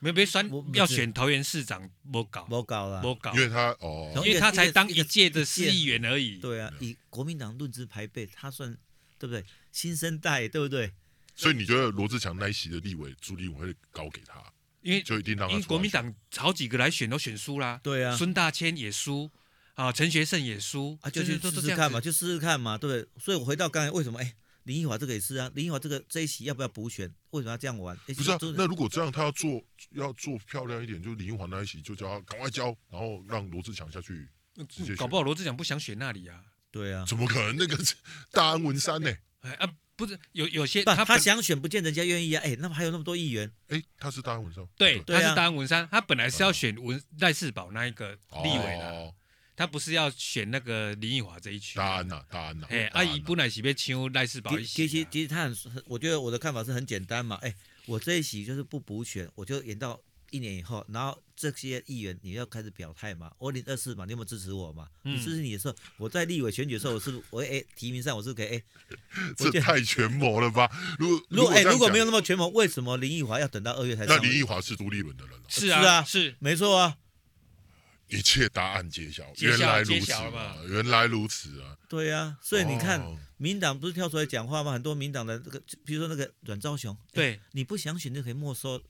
Speaker 1: 没有别选
Speaker 2: 我不知
Speaker 1: 要选桃园市长，没搞
Speaker 2: 没搞啦，
Speaker 1: 没搞
Speaker 3: 因，为他哦
Speaker 2: 然，后
Speaker 1: 因为他才当
Speaker 2: 一
Speaker 1: 一
Speaker 2: 个
Speaker 1: 届的市议员而已。
Speaker 2: 对啊，以国民党论资排辈，他算对不对？新生代对不对？
Speaker 3: 所以你觉得罗志强那一席的立委，朱立伦会搞给他，
Speaker 1: 因为
Speaker 3: 就一定让他
Speaker 1: 因为
Speaker 3: 出来
Speaker 1: 国民
Speaker 3: 选
Speaker 1: 党好几个来选都选输啦，
Speaker 2: 对啊，
Speaker 1: 孙大千也输啊，陈学圣也输
Speaker 2: 啊，就是去
Speaker 1: 都
Speaker 2: 试
Speaker 1: 都
Speaker 2: 试
Speaker 1: 这
Speaker 2: 看
Speaker 1: 样
Speaker 2: 嘛，
Speaker 1: 子。
Speaker 2: 就试试看嘛，对不对？所以我回到刚才为什么哎，林奕华这个也是啊，林奕华这个这一期要不要补选？为什么要这样玩？不
Speaker 3: 不是啊，那如果这样，他要做要做漂亮一点，就林奕华那一席就叫他赶快交，然后让罗志强下去，直接选
Speaker 1: 嗯搞不好罗志祥不想选那里啊，
Speaker 2: 对啊，
Speaker 3: 怎么可能？那个 是大安文山呢、
Speaker 1: 哎啊，不是有有些
Speaker 2: 不，
Speaker 1: 他
Speaker 2: 他
Speaker 1: 本
Speaker 2: 想选不见人家愿意啊。哎、那么还有那么多议员，
Speaker 3: 哎、他是大安文山，
Speaker 1: 对，
Speaker 2: 对
Speaker 1: 他
Speaker 2: 啊
Speaker 1: 是当文山，他本来是要选文赖世宝那一个立委的，
Speaker 3: 哦，
Speaker 1: 他不是要选那个林奕华这一区。
Speaker 3: 大安呐、大安呐、
Speaker 1: 哎，
Speaker 3: 大
Speaker 1: 阿
Speaker 3: 安
Speaker 1: 姨
Speaker 3: 呐
Speaker 1: 本来是被抢赖世宝一
Speaker 2: 其其
Speaker 1: 席
Speaker 2: 实
Speaker 1: 啊，
Speaker 2: 其实他很，我觉得我的看法是很简单嘛。哎、我这一席就是不补选，我就延到一年以后，然后这些议员你要开始表态嘛。我二零二四嘛，你有没有支持我嘛？
Speaker 1: 嗯
Speaker 2: 你支持你的时候，我在立委选举的时候，我是不我哎、提名上我是可以哎、
Speaker 3: 这
Speaker 2: 我觉得
Speaker 3: 太权谋了吧？如果
Speaker 2: 如果哎、
Speaker 3: 这样
Speaker 2: 如果没有
Speaker 3: 讲
Speaker 2: 那么权谋，为什么林奕华要等到二月才
Speaker 3: 那
Speaker 2: 上
Speaker 3: 林
Speaker 2: 任？
Speaker 3: 奕华是朱立伦的人了、
Speaker 1: 是
Speaker 2: 是
Speaker 1: 啊
Speaker 2: 啊
Speaker 1: 是，
Speaker 2: 没错啊，
Speaker 3: 一切答案揭晓，
Speaker 1: 揭晓
Speaker 3: 原来如
Speaker 1: 揭
Speaker 3: 此
Speaker 1: 晓了
Speaker 3: 啊
Speaker 1: 嘛，
Speaker 3: 原来如此啊！
Speaker 2: 对啊。所以你看，
Speaker 3: 哦
Speaker 2: 民党不是跳出来讲话吗？很多民党的这个，比如说那个阮昭雄，哎
Speaker 1: 对，
Speaker 2: 你不想选就可以没收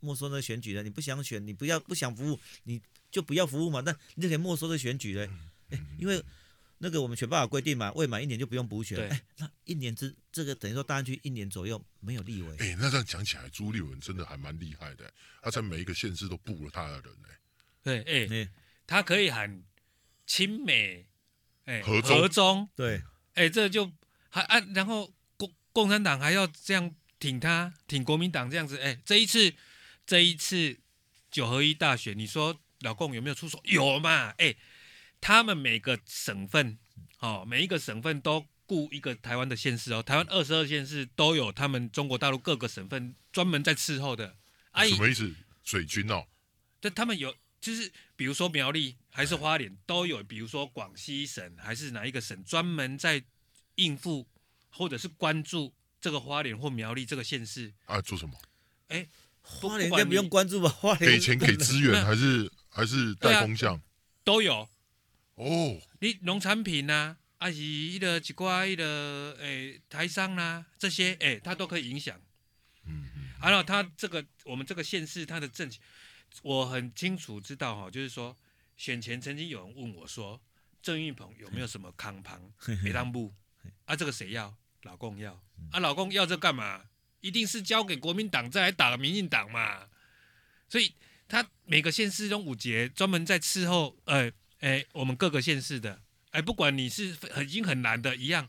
Speaker 2: 没收那个选举的，你不想选，你不要不想服务，你就不要服务嘛，那你就可以没收这个选举的、
Speaker 3: 嗯
Speaker 2: 哎因为那个我们选办法规定嘛，未满一年就不用补选
Speaker 1: 对，
Speaker 2: 哎，那一年之这个等于说大安区一年左右没有立委，
Speaker 3: 哎、那这样讲起来，朱立伦真的还蛮厉害的、他在每一个县市都布了他的人、欸，
Speaker 1: 对，哎、
Speaker 2: 哎，
Speaker 1: 他可以喊亲美，哎、
Speaker 3: 和中
Speaker 1: 和中，
Speaker 2: 对，
Speaker 1: 哎、这就还啊，然后共共产党还要这样挺他，挺国民党这样子，哎、这一次这一次九合一大选，你说老共有没有出手？有嘛，哎、他们每个省份，哦，每一个省份都雇一个台湾的县市哦，台湾二十二县市都有他们中国大陆各个省份专门在伺候的，啊阿姨
Speaker 3: 什。么意思？水军哦，
Speaker 1: 但他们有，就是比如说苗栗还是花莲都有，比如说广西省还是哪一个省专门在应付或者是关注这个花莲或苗栗这个县市。
Speaker 3: 啊，做什么？
Speaker 1: 不
Speaker 2: 花莲应
Speaker 1: 不管
Speaker 2: 该不用
Speaker 1: 你
Speaker 2: 关注吧？花莲
Speaker 3: 给钱给资源还是还是
Speaker 1: 啊
Speaker 3: 带风向？
Speaker 1: 都有，
Speaker 3: 哦，
Speaker 1: 你农产品呐、啊，还是的几块的诶台商啦、这些诶、它都可以影响。
Speaker 3: 嗯嗯，
Speaker 1: 然后啊他这个我们这个县市他的政情，我很清楚知道哈，就是说选前曾经有人问我说，郑运鹏有没有什么康庞没当布啊？这个谁要？老公要啊？老公要这干嘛？一定是交给国民党再来打民进党嘛。所以他每个县市中五节专门在伺候，呃，哎，我们各个县市的，哎，不管你是很已经很难的一样，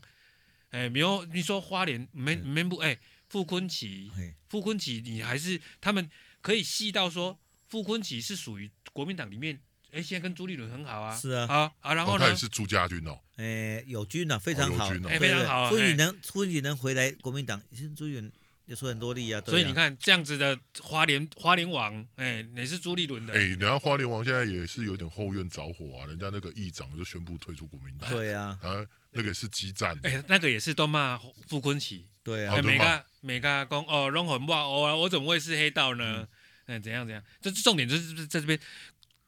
Speaker 1: 哎，比如你说花莲没没不哎。傅昆奇，
Speaker 2: 嘿
Speaker 1: 傅昆奇，你还是他们可以细到说，傅昆奇是属于国民党里面，哎，现在跟朱立伦很好啊，
Speaker 2: 是啊
Speaker 1: 好啊，然后
Speaker 3: 哦
Speaker 1: 呢
Speaker 3: 他也，是朱家军哦，
Speaker 2: 哎，友军呐、非常
Speaker 3: 哦
Speaker 2: 好，
Speaker 3: 友军哦
Speaker 1: 哎非常好
Speaker 2: 朱
Speaker 1: 哎
Speaker 2: 允能朱允能回来国民党，其实朱允也出很多力啊，对啊
Speaker 1: 所以你，看这样子的花莲花莲王，哎，也是朱立伦的，
Speaker 3: 哎、人家花莲王现在也是有点后院着火啊，人家那个议长就宣布退出国民党，
Speaker 2: 对啊，
Speaker 3: 啊，那个是激战，
Speaker 1: 哎，那个也是都骂傅昆奇，
Speaker 2: 对
Speaker 3: 好
Speaker 1: 哎，
Speaker 2: 啊
Speaker 3: 的，
Speaker 1: 每
Speaker 3: 嘛
Speaker 1: 个每个讲哦，龙魂哇哦，我怎么会是黑道呢？嗯，怎样怎样？这重点就是在这边。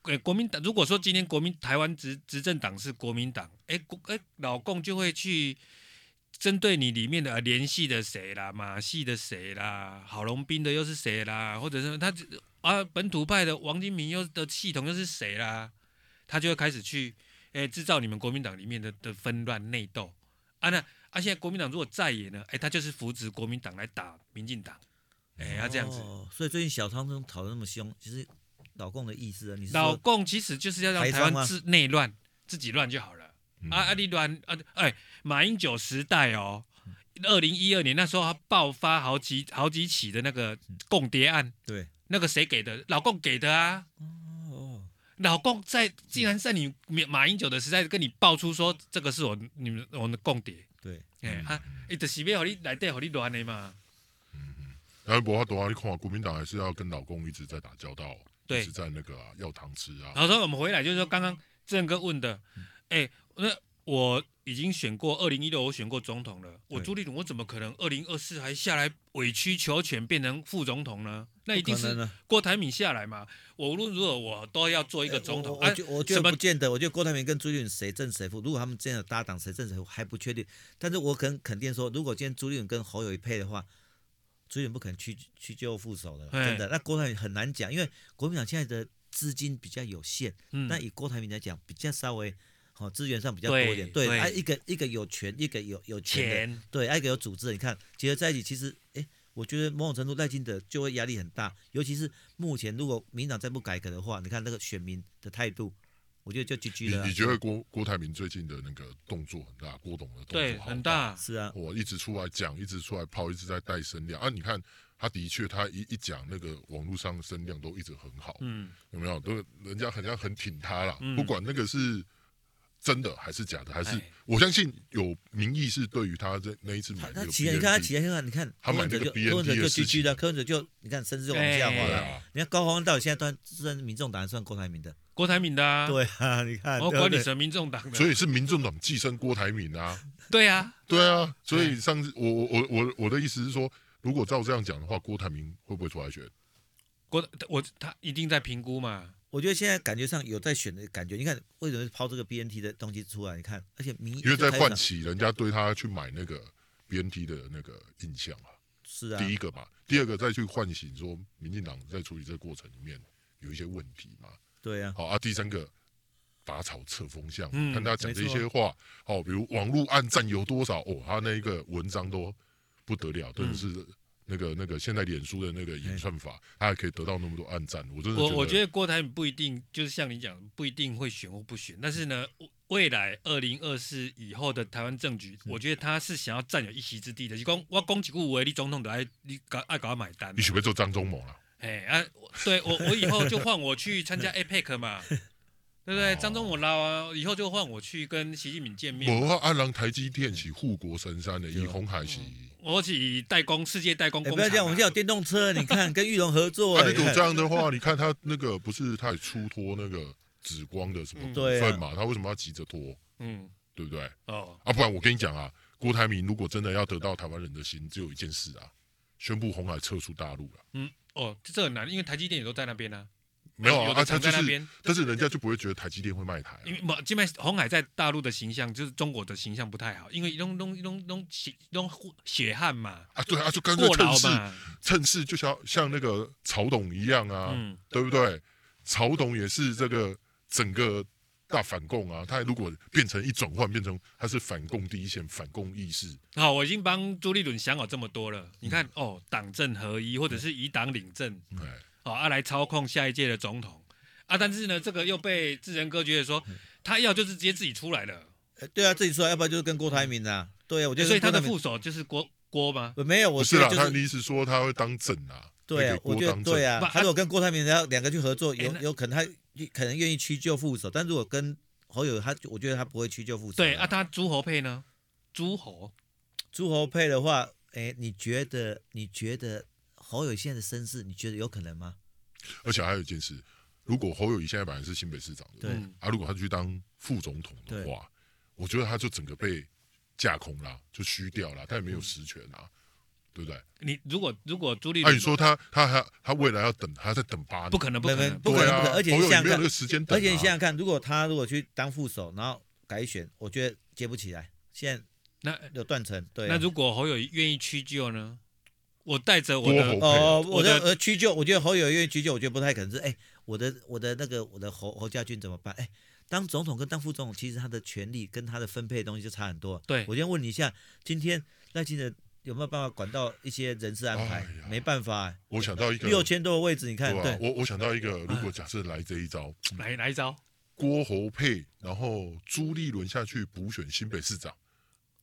Speaker 1: 呃，国民党如果说今天国民台湾执执政党是国民党，哎，国哎老共就会去针对你里面的呃联系的谁啦，马系的谁啦，郝龙斌的又是谁啦，或者是他啊本土派的王金明又的系统又是谁啦，他就会开始去哎制造你们国民党里面的的纷乱内斗啊那啊，现在国民党如果在野呢，哎，他就是扶植国民党来打民进党，哎，他这样子。
Speaker 2: 哦所以最近小汤争吵得那么凶，其实老共的意思啊，你是
Speaker 1: 老
Speaker 2: 说
Speaker 1: 共其实就是要让台
Speaker 2: 台商
Speaker 1: 湾
Speaker 2: 吗
Speaker 1: 自内乱，自己乱就好了。
Speaker 2: 嗯
Speaker 1: 啊啊，你乱啊！哎，马英九时代哦，二零一二年那时候他爆发好几好几起的那个
Speaker 2: 嗯
Speaker 1: 共谍案，
Speaker 2: 对？
Speaker 1: 那个谁给的？老共给的啊！
Speaker 2: 哦，
Speaker 1: 老共在竟然在你马马英九的时代跟你爆出说这个是我你们我们的共谍，
Speaker 2: 对，
Speaker 1: 哎啊，哎，就是要让你来对，让你乱的嘛。
Speaker 3: 然后博华多啊，你看国民党还是要跟老公一直在打交道，
Speaker 1: 对
Speaker 3: 一直在那个啊要糖吃啊，
Speaker 1: 好，所以我们回来就是说，刚刚志仁哥问的，
Speaker 2: 嗯
Speaker 1: 哎、那我已经选过二零一六，我选过总统了，我
Speaker 2: 对
Speaker 1: 朱立伦，我怎么可能二零二四还下来委曲求全变成副总统呢？那一定
Speaker 2: 不可
Speaker 1: 是
Speaker 2: 能啊
Speaker 1: 郭台铭下来嘛。我无论如何，我都要做一个总统。
Speaker 2: 哎我我
Speaker 1: 啊
Speaker 2: 觉我觉
Speaker 1: 什么
Speaker 2: 得不见得，我觉得郭台铭跟朱立伦谁正谁负，如果他们这样的搭档谁正谁负还不确定，但是我肯肯定说，如果今天朱立伦跟侯友谊配的话，朱立伦不可能屈屈就副手的啦，
Speaker 1: 哎
Speaker 2: 真的。那郭台铭很难讲，因为国民党现在的资金比较有限，
Speaker 1: 嗯
Speaker 2: 那以郭台铭来讲，比较稍微哦，资源上比较多一点，
Speaker 1: 对
Speaker 2: 对，
Speaker 1: 对
Speaker 2: 啊，一个一个有权，一个有有钱的，
Speaker 1: 钱
Speaker 2: 对，啊，一个有组织的，你看结合在一起，其实，哎，我觉得某种程度赖清德就会压力很大，尤其是目前如果民进党再不改革的话，你看那个选民的态度，我觉得就 GG
Speaker 3: 你
Speaker 2: 了啊。
Speaker 3: 你觉得郭郭台铭最近的那个动作很大，郭董的动
Speaker 1: 对，
Speaker 3: 作好
Speaker 1: 很大，
Speaker 2: 是啊，
Speaker 3: 我一直出来讲，一直出来抛，一直在带声量啊！你看他的确，他一一讲那个网络上的声量都一直很好，
Speaker 1: 嗯，
Speaker 3: 有没有？都人家很像很挺他啦，
Speaker 1: 嗯
Speaker 3: 不管那个是真的还是假的，还是
Speaker 1: 哎
Speaker 3: 我相信有民意是对于他这那一次买
Speaker 2: 他
Speaker 3: 那
Speaker 2: 他
Speaker 3: 个
Speaker 2: 起来，你看他
Speaker 3: BNT
Speaker 2: 起来，你看，你看，柯
Speaker 3: 他买
Speaker 2: 文
Speaker 3: 那
Speaker 2: 哲
Speaker 3: 个
Speaker 2: 就
Speaker 3: BNT
Speaker 2: 柯文哲就
Speaker 3: 的事
Speaker 2: GG
Speaker 3: 情
Speaker 2: 了，柯文哲就你看，甚至就往下滑
Speaker 3: 对
Speaker 2: 了。
Speaker 3: 啊，
Speaker 2: 你看高虹安到底现在算算民众党，算郭台铭的，
Speaker 1: 郭台铭的啊，
Speaker 2: 对啊，你看，
Speaker 1: 我
Speaker 2: 对不
Speaker 1: 管你
Speaker 2: 对
Speaker 1: 什么民众党的，
Speaker 3: 所以是民众党寄生郭台铭啊，
Speaker 1: 对啊，
Speaker 3: 对啊，所以上次我我我我我的意思是说，如果照这样讲的话，郭台铭会不会出来选？
Speaker 1: 郭我他一定在评估嘛，
Speaker 2: 我觉得现在感觉上有在选的感觉，你看为什么抛这个 BNT 的东西出来？你看，而且民意
Speaker 3: 因为在
Speaker 2: 台
Speaker 3: 唤
Speaker 2: 上
Speaker 3: 起人家对他去买那个 BNT 的那个印象啊。
Speaker 2: 是啊，
Speaker 3: 第一个嘛，第二个再去唤醒说，民进党在处理这个过程里面有一些问题嘛。
Speaker 2: 对啊，
Speaker 3: 好啊，第三个拔草测风向，
Speaker 1: 嗯
Speaker 3: 看他讲这
Speaker 2: 没错
Speaker 3: 些话，哦，比如网络按占有多少，哦，他那一个文章都不得了，真的是那个那个现在脸书的那个演算法，他还可以得到那么多暗赞，我真的
Speaker 1: 我我觉
Speaker 3: 得
Speaker 1: 得郭台铭不一定，就是像你讲，不一定会选或不选，但是呢，未未来二零二四以后的台湾政局，我觉得他是想要占有一席之地的。就讲我讲几句话，你总统都爱你搞爱搞买单
Speaker 3: 你，准备做张忠谋了，
Speaker 1: 哎啊，我对我我以后就换我去参加 APEC 嘛，对不对？
Speaker 3: 哦
Speaker 1: 张忠我捞啊，以后就换我去跟习近平见面。
Speaker 3: 我阿郎台积电起护国神山的，以红海起。
Speaker 1: 我起代工，世界代工
Speaker 2: 哎，
Speaker 1: 工
Speaker 2: 不
Speaker 1: 厂、啊
Speaker 2: 要这样，我们现在有电动车，你看跟玉龙合 作，哎
Speaker 3: 啊，那
Speaker 2: 你
Speaker 3: 种
Speaker 2: 看
Speaker 3: 这样的话，你看他那个不是他也出脱那个紫光的什么
Speaker 1: 嗯
Speaker 3: 股份嘛？他为什么要急着脱？
Speaker 1: 嗯，
Speaker 3: 对不对？
Speaker 1: 哦，
Speaker 3: 啊，不然我跟你讲啊，郭台铭如果真的要得到台湾人的心，只有一件事啊，宣布红海撤出大陆了。
Speaker 1: 嗯，哦，这很难，因为台积电也都在那边啊。
Speaker 3: 没有
Speaker 1: 有
Speaker 3: 啊，
Speaker 1: 的
Speaker 3: 啊他
Speaker 1: 厂
Speaker 3: 就
Speaker 1: 在那
Speaker 3: 是，
Speaker 1: 边，
Speaker 3: 但是人家就不会觉得台积电会卖台、啊
Speaker 1: 因。为嘛，这边红海在大陆的形象就是中国的形象不太好，因为拢拢拢拢血拢血汗嘛，
Speaker 3: 啊，对啊，就干脆
Speaker 1: 过
Speaker 3: 趁
Speaker 1: 劳
Speaker 3: 势
Speaker 1: 嘛，
Speaker 2: 啊
Speaker 3: 趁势，就像像那个曹董一样啊，
Speaker 1: 嗯，
Speaker 3: 对不对？曹董也是这个整个大反共啊，他如果变成一转换，变成他是反共第一线、反共意识，
Speaker 1: 好，我已经帮朱立伦想好这么多了，你
Speaker 2: 嗯
Speaker 1: 看哦，党政合一或者是以党领政，
Speaker 3: 哎、
Speaker 1: 哦，啊来操控下一届的总统啊，但是呢，这个又被智仁哥觉得
Speaker 2: 嗯
Speaker 1: 说他要就是直接自己出来了，
Speaker 2: 呃对啊，自己出来，要不然就是跟郭台铭啊，对啊，我觉得
Speaker 1: 哎所以他的
Speaker 2: 跟郭
Speaker 1: 副手就是郭郭吗？
Speaker 2: 台铭没有，我
Speaker 3: 不是
Speaker 2: 觉
Speaker 3: 啦，
Speaker 2: 得就
Speaker 3: 他的
Speaker 2: 是
Speaker 3: 意思说他会当正啊，
Speaker 2: 对
Speaker 3: 会
Speaker 2: 啊
Speaker 3: 给，
Speaker 2: 我
Speaker 3: 郭
Speaker 2: 觉得
Speaker 3: 当正
Speaker 2: 对啊
Speaker 1: 不，
Speaker 2: 他如果跟郭台铭要两个去合作，有
Speaker 1: 哎那
Speaker 2: 有可能他可能愿意屈就副手，但如果跟侯友他，我觉得他不会屈就副手。
Speaker 1: 对啊，，他诸侯配呢？诸侯
Speaker 2: 诸侯配的话，哎，你觉得你觉得侯友现在的身世，你觉得有可能吗？
Speaker 3: 而且还有一件事，如果侯友谊现在本来是新北市长的，
Speaker 2: 对
Speaker 1: 嗯
Speaker 3: 啊，如果他去当副总统的话，我觉得他就整个被架空啦，就虚掉啦，他也没有
Speaker 2: 嗯
Speaker 3: 实权啊，对不对？
Speaker 1: 你如果如果朱立
Speaker 2: 啊
Speaker 3: 按、
Speaker 1: 伦
Speaker 3: 你说他他还他未来要等，还要再等八年，
Speaker 1: 不可能不可
Speaker 2: 没没
Speaker 1: 能
Speaker 2: 不可能
Speaker 3: 对啊
Speaker 2: 不可能而且
Speaker 3: 侯友
Speaker 2: 你想想
Speaker 3: 谊没有
Speaker 2: 看
Speaker 3: 那个时间等、啊，
Speaker 2: 而且你想想看，如果他如果去当副手，然后改选，我觉得接不起来。现在
Speaker 1: 那
Speaker 2: 有断层，对啊、
Speaker 1: 那如果侯友宜愿意屈就呢？我带着我
Speaker 3: 郭侯
Speaker 1: 的
Speaker 3: 配、
Speaker 2: 哦，
Speaker 1: 我
Speaker 2: 我
Speaker 1: 的
Speaker 2: 的呃屈就，我觉得侯友愿意屈就，我觉得不太可能是。哎，我的我的那个我的侯侯家军怎么办？哎，当总统跟当副总统，其实他的权利跟他的分配的东西就差很多。
Speaker 1: 对
Speaker 2: 我先问你一下，今天赖清德有没有办法管到一些人事安排
Speaker 3: 哎呀？
Speaker 2: 没办法、啊
Speaker 3: 我想到一个
Speaker 2: 六千多个位置，你看，
Speaker 3: 对吧、啊
Speaker 2: 对嗯
Speaker 3: 我我想到一个，如果假设来这一招，
Speaker 1: 来来一招，
Speaker 3: 郭侯配，然后朱立伦下去补选新北市长，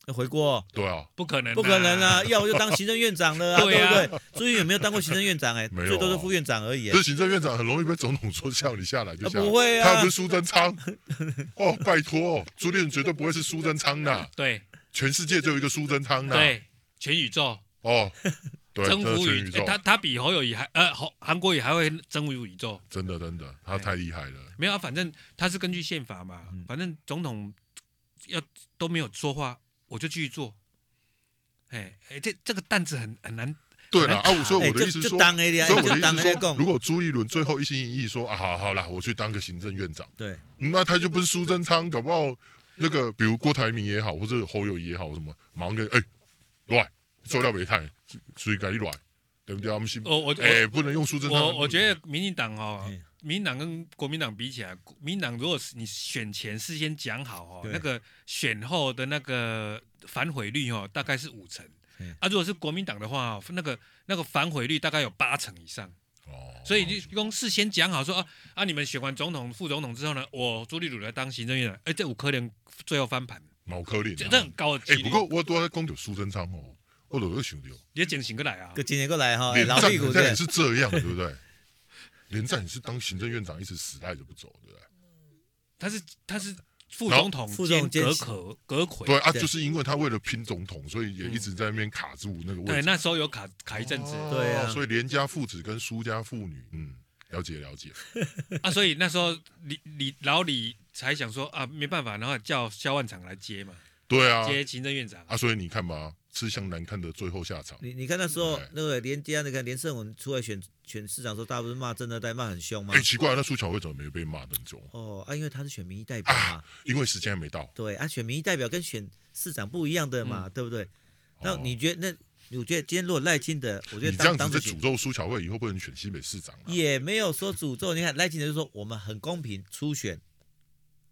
Speaker 2: 要回锅。
Speaker 3: 对啊，
Speaker 1: 不可能、
Speaker 2: 不可能！啊！要我就当行政院长了
Speaker 1: 嗯
Speaker 2: 啊，
Speaker 1: 对啊
Speaker 2: 对不对？朱立伦有没有当过行政院长、哎，
Speaker 3: 没有啊
Speaker 2: 最多是副院长而已、哎
Speaker 3: 这行政院长很容易被总统说叫你下来就
Speaker 2: 啊
Speaker 3: 下来，
Speaker 2: 不会啊
Speaker 3: 他又不是苏贞昌。 哦，拜托，朱立伦绝对不会是苏贞昌呐，
Speaker 1: 对
Speaker 3: 全世界只有一个苏贞昌呐。，
Speaker 1: 对，全宇宙
Speaker 3: 哦，对，
Speaker 1: 征
Speaker 3: 这
Speaker 1: 服
Speaker 3: 是全宇
Speaker 1: 宇，
Speaker 3: 宙
Speaker 1: 诶，哎他他比侯友宜还呃侯韩国瑜还会征服宇宙。
Speaker 3: 真的真的，他太厉害了。
Speaker 1: 没有、啊，反正他是根据宪法嘛，
Speaker 2: 嗯
Speaker 1: 反正总统要都没有说话，我就继续做。哎哎，这这个担子很很难，
Speaker 2: 嗯
Speaker 3: 对了
Speaker 1: 哎
Speaker 3: 啊，我所以
Speaker 2: 哎，
Speaker 3: 我的
Speaker 2: 就
Speaker 3: 意思
Speaker 2: 就
Speaker 3: 说，
Speaker 2: 当 A 的，
Speaker 3: 所以我
Speaker 2: 哎就当
Speaker 3: 的意
Speaker 2: A
Speaker 3: 思说，
Speaker 2: 供
Speaker 3: 如，果朱立伦最后一心一意说啊，好好啦，我去当个行政院长，
Speaker 2: 对，
Speaker 3: 嗯那他就不是苏贞昌，搞不好那个比如郭台铭也好，或者侯友宜也好，什么马上跟哎来做料没太，所以该你来，对不对？我们新
Speaker 1: 哦我我我、
Speaker 3: 哎、不能用苏贞昌。
Speaker 1: 我我觉得民进党哦
Speaker 2: 嗯，
Speaker 1: 民党跟国民党比起来，国民党如果是你选前事先讲好哦，
Speaker 2: 对
Speaker 1: 那个选后的那个反悔率哦，大概是五成
Speaker 2: 嗯。
Speaker 1: 啊，如果是国民党的话哦，那个那个反悔率大概有八成以上，
Speaker 3: 哦，
Speaker 1: 所以就用事先讲好说啊啊，你们选完总统、副总统之后呢，我朱立伦来当行政院长，哎，这五颗能最后翻盘，
Speaker 3: 毛可怜
Speaker 1: 这
Speaker 3: 啊。
Speaker 1: 这很高的几
Speaker 3: 哎、
Speaker 1: 率。
Speaker 3: 不过我都在讲到苏贞昌哦，我都有想到，
Speaker 1: 你警醒过来啊
Speaker 2: 个，今年过来哈，哎
Speaker 3: 连
Speaker 2: 老
Speaker 3: 战
Speaker 2: 屁股
Speaker 3: 连战
Speaker 2: 对
Speaker 3: 也，是这样，对不对？ 连战也是当行政院长一直死赖着不走，对不对？
Speaker 1: 他是他是副总统
Speaker 2: 副
Speaker 1: 兼
Speaker 2: 总兼
Speaker 1: 阁可阁魁，
Speaker 3: 对啊，
Speaker 2: 对
Speaker 3: 就是因为他为了拼总统，所以也一直在那边卡住那个位
Speaker 1: 对，
Speaker 3: 置。
Speaker 1: 那时候有卡卡一阵子，
Speaker 3: 哦
Speaker 2: 对啊
Speaker 3: 所以连家父子跟苏家妇女，嗯，了解了解。
Speaker 1: 啊，所以那时候李李老李才想说啊，没办法，然后叫萧万长来接嘛，
Speaker 3: 对啊，
Speaker 1: 接行政院长。
Speaker 3: 啊，所以你看吧，吃相难看的最后下场。
Speaker 2: 你你看那时候
Speaker 3: 对
Speaker 2: 那个连家，你看连胜文出来选选市长的时候，大家不是骂政二代骂很凶吗
Speaker 3: 哎、？奇怪，那苏巧慧怎么没有被骂的很重？
Speaker 2: 哦啊，因为他是选民意代表嘛，
Speaker 3: 因为时间还没到。
Speaker 2: 对啊，选民意代表跟选市长不一样的嘛，对不对？那
Speaker 3: 嗯哦
Speaker 2: 你觉得那我觉得今天如果赖清德，我觉
Speaker 3: 你
Speaker 2: 得
Speaker 3: 这样
Speaker 2: 当当
Speaker 3: 子在
Speaker 2: 时选
Speaker 3: 诅咒苏巧慧以后不能选新北市长、啊。
Speaker 2: 也没有说诅咒，你看赖清德就说我们很公平初选，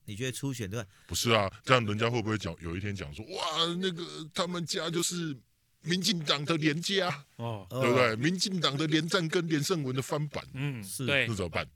Speaker 2: 你觉得初选对吧？
Speaker 3: 不是啊，这样人家会不会讲有一天讲说，哇，那个他们家就是民进党的连家，
Speaker 1: 哦，
Speaker 2: 哦
Speaker 3: 对不？对？民进党的连战跟连胜文的翻版，
Speaker 1: 嗯，
Speaker 2: 是
Speaker 1: 对
Speaker 3: 那，怎么办？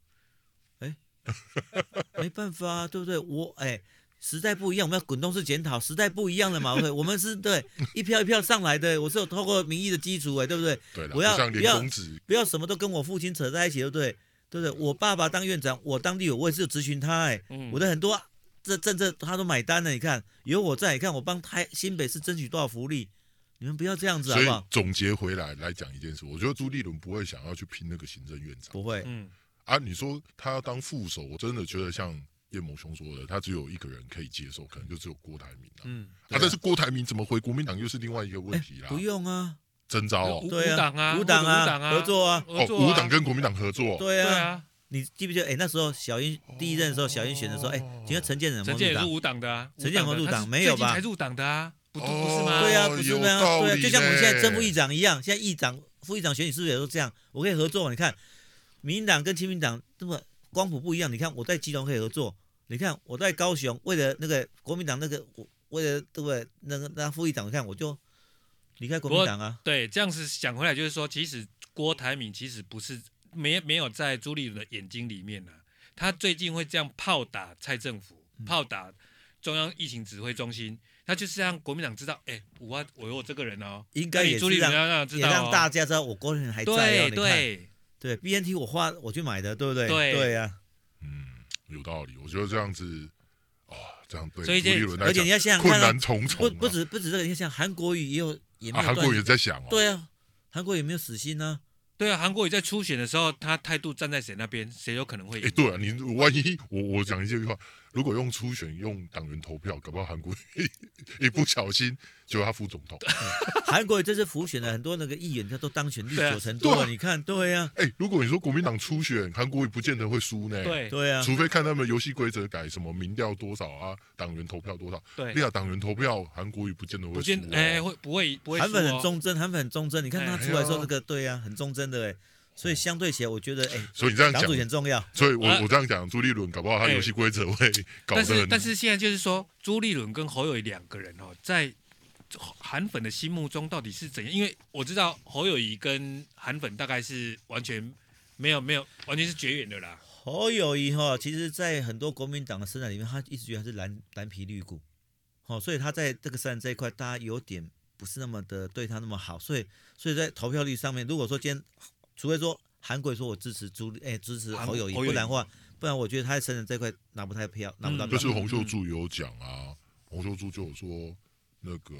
Speaker 2: 没办法啊，对不对？我哎。时代不一样，我们要滚动式检讨。时代不一样了嘛，对，我们是对一票一票上来的，我是有透过民意的基础哎，对不对？
Speaker 3: 对了，
Speaker 2: 不
Speaker 3: 不
Speaker 2: 要
Speaker 3: 像
Speaker 2: 不
Speaker 3: 连
Speaker 2: 要
Speaker 3: 公子，
Speaker 2: 不要什么都跟我父亲扯在一起，对不对？对不对？我爸爸当院长，我当地委我也是有咨询他哎、
Speaker 1: 嗯
Speaker 2: 我的很多这政策他都买单了，你看有我在，你看我帮台新北市争取多少福利，你们不要这样子好
Speaker 3: 所以
Speaker 2: 不好？
Speaker 3: 总结回来来讲一件事，我觉得朱立伦不会想要去拼那个行政院长
Speaker 2: 不会，
Speaker 1: 嗯，
Speaker 3: 啊。你说他要当副手，我真的觉得像叶某兄说的，他只有一个人可以接受，可能就只有郭台铭了、啊。
Speaker 1: 嗯，
Speaker 2: 对啊
Speaker 3: 但是郭台铭怎么回国民党又是另外一个问
Speaker 2: 哎
Speaker 3: 题啦，
Speaker 2: 不用啊，
Speaker 3: 真招哦。
Speaker 1: 无
Speaker 2: 对
Speaker 1: 无党啊
Speaker 2: 无党
Speaker 1: 无党啊
Speaker 2: 合作啊，
Speaker 1: 合
Speaker 3: 哦，
Speaker 1: 作
Speaker 3: 五
Speaker 1: 啊
Speaker 3: 党跟国民党合作，
Speaker 2: 对
Speaker 1: 对
Speaker 2: 啊，
Speaker 1: 啊，
Speaker 2: 你记不记得？哎，那时候小英第一任的时候，小英选的时候，哎，
Speaker 3: 哦
Speaker 2: 请问陈建仁有没
Speaker 1: 陈建
Speaker 2: 有
Speaker 1: 也是
Speaker 2: 入党？
Speaker 1: 无党的啊，
Speaker 2: 陈建
Speaker 1: 无
Speaker 2: 有入
Speaker 1: 的
Speaker 2: 党
Speaker 1: 他
Speaker 2: 没有
Speaker 1: 最近
Speaker 2: 吧
Speaker 1: 才入党的啊，不
Speaker 3: 哦
Speaker 1: 不是吗？
Speaker 2: 对啊，不是
Speaker 3: 有
Speaker 2: 那样，
Speaker 3: 道
Speaker 2: 对啊，
Speaker 3: 理
Speaker 2: 就像我们现在正副
Speaker 3: 呢
Speaker 2: 议长一样，现在议长、副议长选举是不是也都这样？我可以合作，你看，民进党跟亲民党这么光谱不一样，你看我在基隆可以合作，你看我在高雄，为了那个国民党那个，我为了对不对？那个那副议长，你看我就离开国民党啊，
Speaker 1: 对，这样子讲回来，就是说，其实郭台铭其实不是没没有在朱立伦的眼睛里面呢、啊他最近会这样炮打蔡政府，
Speaker 2: 嗯
Speaker 1: 炮打中央疫情指挥中心，他就是让国民党知道，哎、我我有这个人哦，
Speaker 2: 应该
Speaker 1: 那
Speaker 2: 也
Speaker 1: 你朱
Speaker 2: 是
Speaker 1: 立伦
Speaker 2: 让
Speaker 1: 要让他知
Speaker 2: 也
Speaker 1: 道、哦，
Speaker 2: 让大家知道我国人还在啊，
Speaker 1: 对
Speaker 2: 你看，
Speaker 1: 对
Speaker 2: 对 BNT 我花我去买的，对不对？
Speaker 1: 对
Speaker 2: 对啊，
Speaker 3: 嗯，有道理。我觉得这样子，啊、这样对
Speaker 1: 所以
Speaker 3: 朱
Speaker 1: 这
Speaker 3: 立伦来
Speaker 2: 而且
Speaker 3: 讲
Speaker 2: 你要想想
Speaker 3: 困
Speaker 2: 看啊
Speaker 3: 难，重重、
Speaker 2: 不
Speaker 3: 啊。
Speaker 2: 不止不止这个，你像韩国瑜也有也没
Speaker 3: 啊，
Speaker 2: 有
Speaker 3: 韩
Speaker 2: 断
Speaker 3: 国，也在想哦，
Speaker 2: 对啊，韩国也没有死心 呢。
Speaker 1: 对啊！韩国瑜在初选的时候，他态度站在谁那边，谁有可能会
Speaker 3: 哎、
Speaker 1: 赢。
Speaker 3: 对啊，你万一我我讲一句话，如果用初选用党员投票，搞不好韩国 一不小心就他副总统。
Speaker 2: 韩国这次浮选了很多那个议员，他都当选率
Speaker 1: 对啊
Speaker 2: 九成多
Speaker 3: 对
Speaker 2: 了。
Speaker 3: 啊
Speaker 2: 你看，对呀、
Speaker 3: 哎、如果你说国民党初选，韩国也不见得会输呢。。
Speaker 1: 对
Speaker 2: 哎对啊呀、
Speaker 3: 除非看他们游戏规则改什么民调多少啊，党员投票多少，
Speaker 1: 对
Speaker 3: 你要党员投票，韩国也不见得会
Speaker 1: 不
Speaker 3: 输、
Speaker 1: 见
Speaker 3: 哦。
Speaker 1: 哎、会不会不会
Speaker 2: 韩
Speaker 1: 输
Speaker 2: 粉
Speaker 1: 哦
Speaker 2: 很忠贞，韩粉很忠贞。你看他出来的时候，
Speaker 3: 哎
Speaker 2: 这
Speaker 3: 呀
Speaker 2: 个对呀、很忠贞的哎。所以相对起来，我觉得哎，
Speaker 3: 所以你这样
Speaker 2: 党
Speaker 3: 讲
Speaker 2: 主，很重要。
Speaker 3: 所以我、
Speaker 1: 啊
Speaker 3: 我这样讲，朱立伦搞不好他游戏规则会搞得
Speaker 1: 但
Speaker 3: 很、
Speaker 1: 是但是现在就是说，朱立伦跟侯友宜两个人哦，在韩粉的心目中到底是怎样？因为我知道侯友宜跟韩粉大概是完全没有没有完全是绝缘的啦。
Speaker 2: 侯友谊哈，其实，在很多国民党的生态里面，他一直觉得他是蓝蓝皮绿骨，哦，所以他在这个生态这一块，大家有点不是那么的对他那么好，所以所以在投票率上面，如果说今天，除非说韩国瑜说我支持朱立，哎、支持
Speaker 1: 韩
Speaker 2: 侯友谊，
Speaker 1: 侯友
Speaker 2: 不
Speaker 1: 宜
Speaker 2: 然的话，不然我觉得他在生态这一块拿不太票，拿不到
Speaker 1: 嗯
Speaker 2: 票。
Speaker 3: 就是洪秀柱有讲啊，洪秀柱就有说那个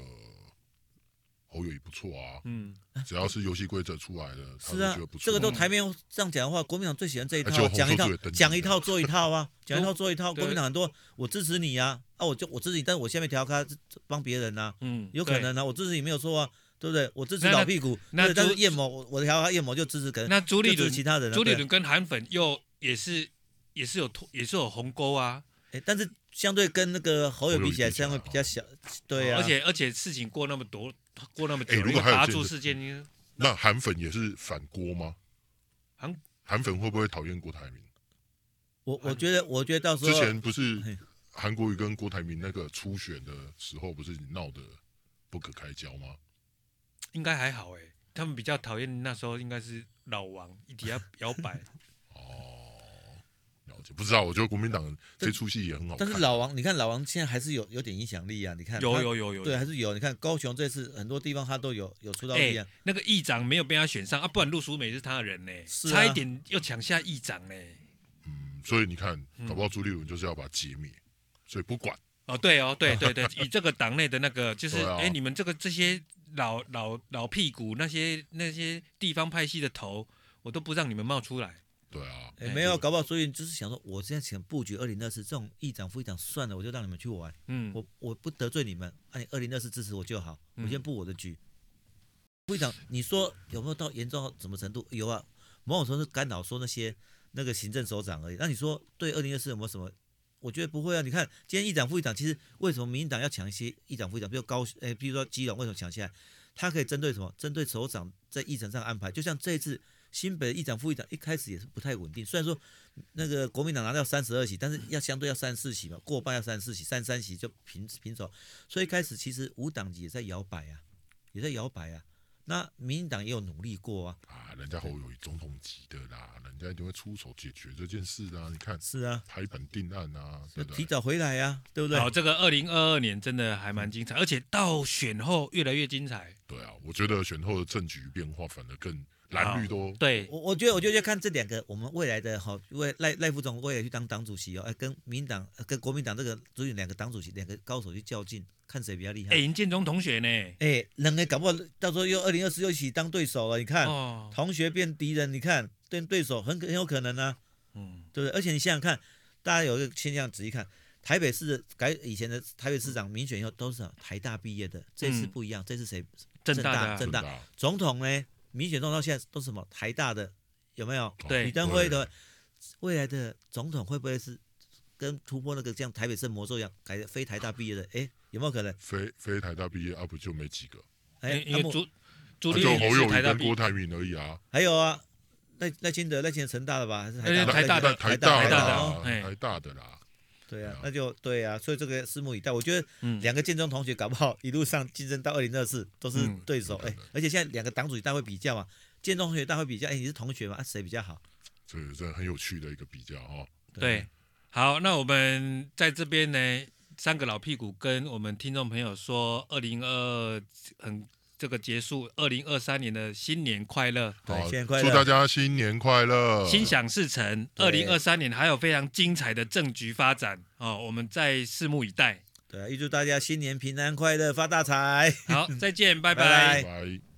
Speaker 3: 侯友谊不错啊，
Speaker 1: 嗯，
Speaker 3: 只要是游戏规则出来的，他
Speaker 2: 是
Speaker 3: 就
Speaker 2: 啊
Speaker 3: 觉得不，错。
Speaker 2: 这个都台面这样讲的话，国民党最喜欢这一
Speaker 3: 而且
Speaker 2: 套，
Speaker 3: 我红
Speaker 2: 讲一
Speaker 3: 色
Speaker 2: 套
Speaker 3: 最有登记
Speaker 2: 讲一套做一 套啊，讲一套做一套。
Speaker 1: 对
Speaker 2: 国民党很多，我支持你啊，啊，我就我支持你，但是我下面调咖帮别人啊，
Speaker 1: 嗯，
Speaker 2: 有可能啊，我支持你没有错啊，对不对？我支持
Speaker 1: 那
Speaker 2: 老屁股，
Speaker 1: 那
Speaker 2: 对不对但是
Speaker 1: 朱
Speaker 2: 叶某我我调咖叶某就支持可
Speaker 1: 对。
Speaker 2: 能
Speaker 1: 那朱立
Speaker 2: 就支
Speaker 1: 伦
Speaker 2: 持其他人啊，
Speaker 1: 朱立
Speaker 2: 对啊
Speaker 1: 伦跟韩粉又也是也是有脱也是有鸿沟啊，
Speaker 2: 哎，但是相对跟那个侯友
Speaker 3: 侯友
Speaker 2: 比
Speaker 3: 宜
Speaker 2: 起来，
Speaker 3: 比起
Speaker 2: 相
Speaker 3: 来
Speaker 2: 对比较小，对啊，
Speaker 1: 而且而且事情过那么多过那么久，
Speaker 3: 哎如果
Speaker 1: 一个
Speaker 3: 还有
Speaker 1: 拔
Speaker 3: 这
Speaker 1: 出
Speaker 3: 个
Speaker 1: 事件，你
Speaker 3: 那韩粉也是反郭吗？
Speaker 1: 韩
Speaker 3: 韩粉会不会讨厌郭台铭？
Speaker 2: 我我觉得，我觉得到时候
Speaker 3: 之前不
Speaker 2: 嘿
Speaker 3: 是韩国瑜跟郭台铭那个初选的时候，不是闹得不可开交吗？
Speaker 1: 应该还好哎、他们比较讨厌那时候应该是老王一直要摇摆，
Speaker 3: 了解，不知道，我觉得国民党这出戏也很好看。
Speaker 2: 但是老王，你看老王现在还是有有点影响力啊！你看
Speaker 1: 有
Speaker 2: 他
Speaker 1: 有有有
Speaker 2: 对，还是有。你看高雄这次很多地方他都有有出到
Speaker 1: 哎、
Speaker 2: 力啊。
Speaker 1: 那个议长没有被他选上啊，不然陆淑美是他的人呢、
Speaker 2: 是啊
Speaker 1: 差一点又抢下议长呢、
Speaker 3: 嗯所以你看，搞不好朱立伦就是要把他解灭，所以不管。
Speaker 1: 哦，对哦，对对对，以这个党内的那 个，就是
Speaker 3: 对啊
Speaker 1: 哎、你们这个这些老老老屁股，那些那些地方派系的头，我都不让你们冒出来。
Speaker 3: 对啊，
Speaker 2: 哎、
Speaker 1: 哎
Speaker 2: 没有，搞不好所以就是想说，我现在想布局二零二四，这种议长、副议长算了，我就让你们去玩，
Speaker 1: 嗯，
Speaker 2: 我我不得罪你们，啊，你二零二四支持我就好，我先
Speaker 1: 嗯
Speaker 2: 布我的局。副议长，你说有没有到严重到什么程度？有啊，某种程度是干扰说那些那个行政首长而已。那你说对二零二四有没有什么？我觉得不会啊。你看今天议长、副议长，其实为什么民进党要抢一些议长、副议长，比如高，哎、比如说基隆为什么抢下来？他可以针对什么？针对首长在议程上安排，就像这一次新北的议长、副议长一开始也是不太稳定。虽然说那个国民党拿到三十二席，但是要相对要三四席嘛，过半要三四席，三三席就平平手。所以一开始其实无党籍也在摇摆啊，也在摇摆啊。那民进党也有努力过啊，
Speaker 3: 啊，人家侯友谊总统级的啦，人家一定会出手解决这件事啊。你看
Speaker 2: 是啊，
Speaker 3: 台本定案啊，
Speaker 2: 就
Speaker 3: 对不
Speaker 2: 提
Speaker 3: 对？
Speaker 2: 早回来啊，对不嗯对？
Speaker 1: 好，这个二零二二年真的还蛮精彩，而且到选后越来越精彩。
Speaker 3: 对啊，我觉得选后的政局变化反而更蓝绿都
Speaker 1: 对，
Speaker 2: 我我觉得，我就要看这两个我们未来的哈，未赖赖副总未来去当党主席哦，哎，跟民党、呃跟国民党这个主选两个党主席两个高手去较劲，看谁比较厉害
Speaker 1: 哎，。林建中同学呢？
Speaker 2: 哎，两个搞不好到时候又二零二四又一起当对手了，你看，
Speaker 1: 哦，
Speaker 2: 同学变敌人，你看对对手很可很有可能啊，
Speaker 1: 嗯，
Speaker 2: 对不对？而且你想想看，大家有一个现象，仔细看，台北市的改以前的台北市长民选以后都是台大毕业的，这次
Speaker 1: 嗯
Speaker 2: 不一样，这次谁
Speaker 1: 正大的啊
Speaker 2: 正大总统呢？民选中到现在都是什么台大的，有没有？
Speaker 1: 对
Speaker 2: 李登辉的未来的总统会不会是跟突破那个像台北圣魔咒一样，改非台大毕业的？哎，有没有可能？
Speaker 3: 非非台大毕业啊，不就没几个，
Speaker 2: 哎，
Speaker 1: 因为
Speaker 2: 阿木
Speaker 1: 朱朱
Speaker 3: 啊
Speaker 1: 立
Speaker 3: 就
Speaker 1: 伦
Speaker 3: 侯
Speaker 1: 也
Speaker 3: 友
Speaker 1: 是
Speaker 3: 谊
Speaker 1: 台大
Speaker 3: 跟
Speaker 1: 毕
Speaker 3: 郭，台铭而已啊。
Speaker 2: 还有啊，赖赖清德、赖清德成大的吧？还是
Speaker 1: 哎
Speaker 2: 台
Speaker 1: 台大的
Speaker 2: 的？
Speaker 3: 台
Speaker 2: 台大
Speaker 3: 大的
Speaker 1: 的
Speaker 2: 哦
Speaker 3: 啦，
Speaker 1: 哎
Speaker 3: 台大的啦，
Speaker 2: 对啊，那就对啊，所以这个拭目以待。我觉得
Speaker 1: 嗯
Speaker 2: 两个建中同学搞不好一路上竞争到二零二四都是
Speaker 1: 嗯
Speaker 2: 对手，哎、而且现在两个党主席大会比较嘛，建中同学大会比较，哎，你是同学嘛，啊，谁比较好？
Speaker 3: 这个真的很有趣的一个比较哈。
Speaker 1: 对，好，那我们在这边呢，三个老屁股跟我们听众朋友说，二零二二很这个结束，二零二三年的新年快乐，
Speaker 2: 对
Speaker 3: 好，
Speaker 2: 新年快乐
Speaker 3: 祝大家新年快乐，
Speaker 1: 心想事成。二
Speaker 2: 对
Speaker 1: 零二三年还有非常精彩的政局发展哦，我们再拭目以待。
Speaker 2: 对啊，预祝大家新年平安快乐，发大财。
Speaker 1: 好，再见，拜
Speaker 2: 拜
Speaker 1: 拜
Speaker 2: 拜
Speaker 3: 拜。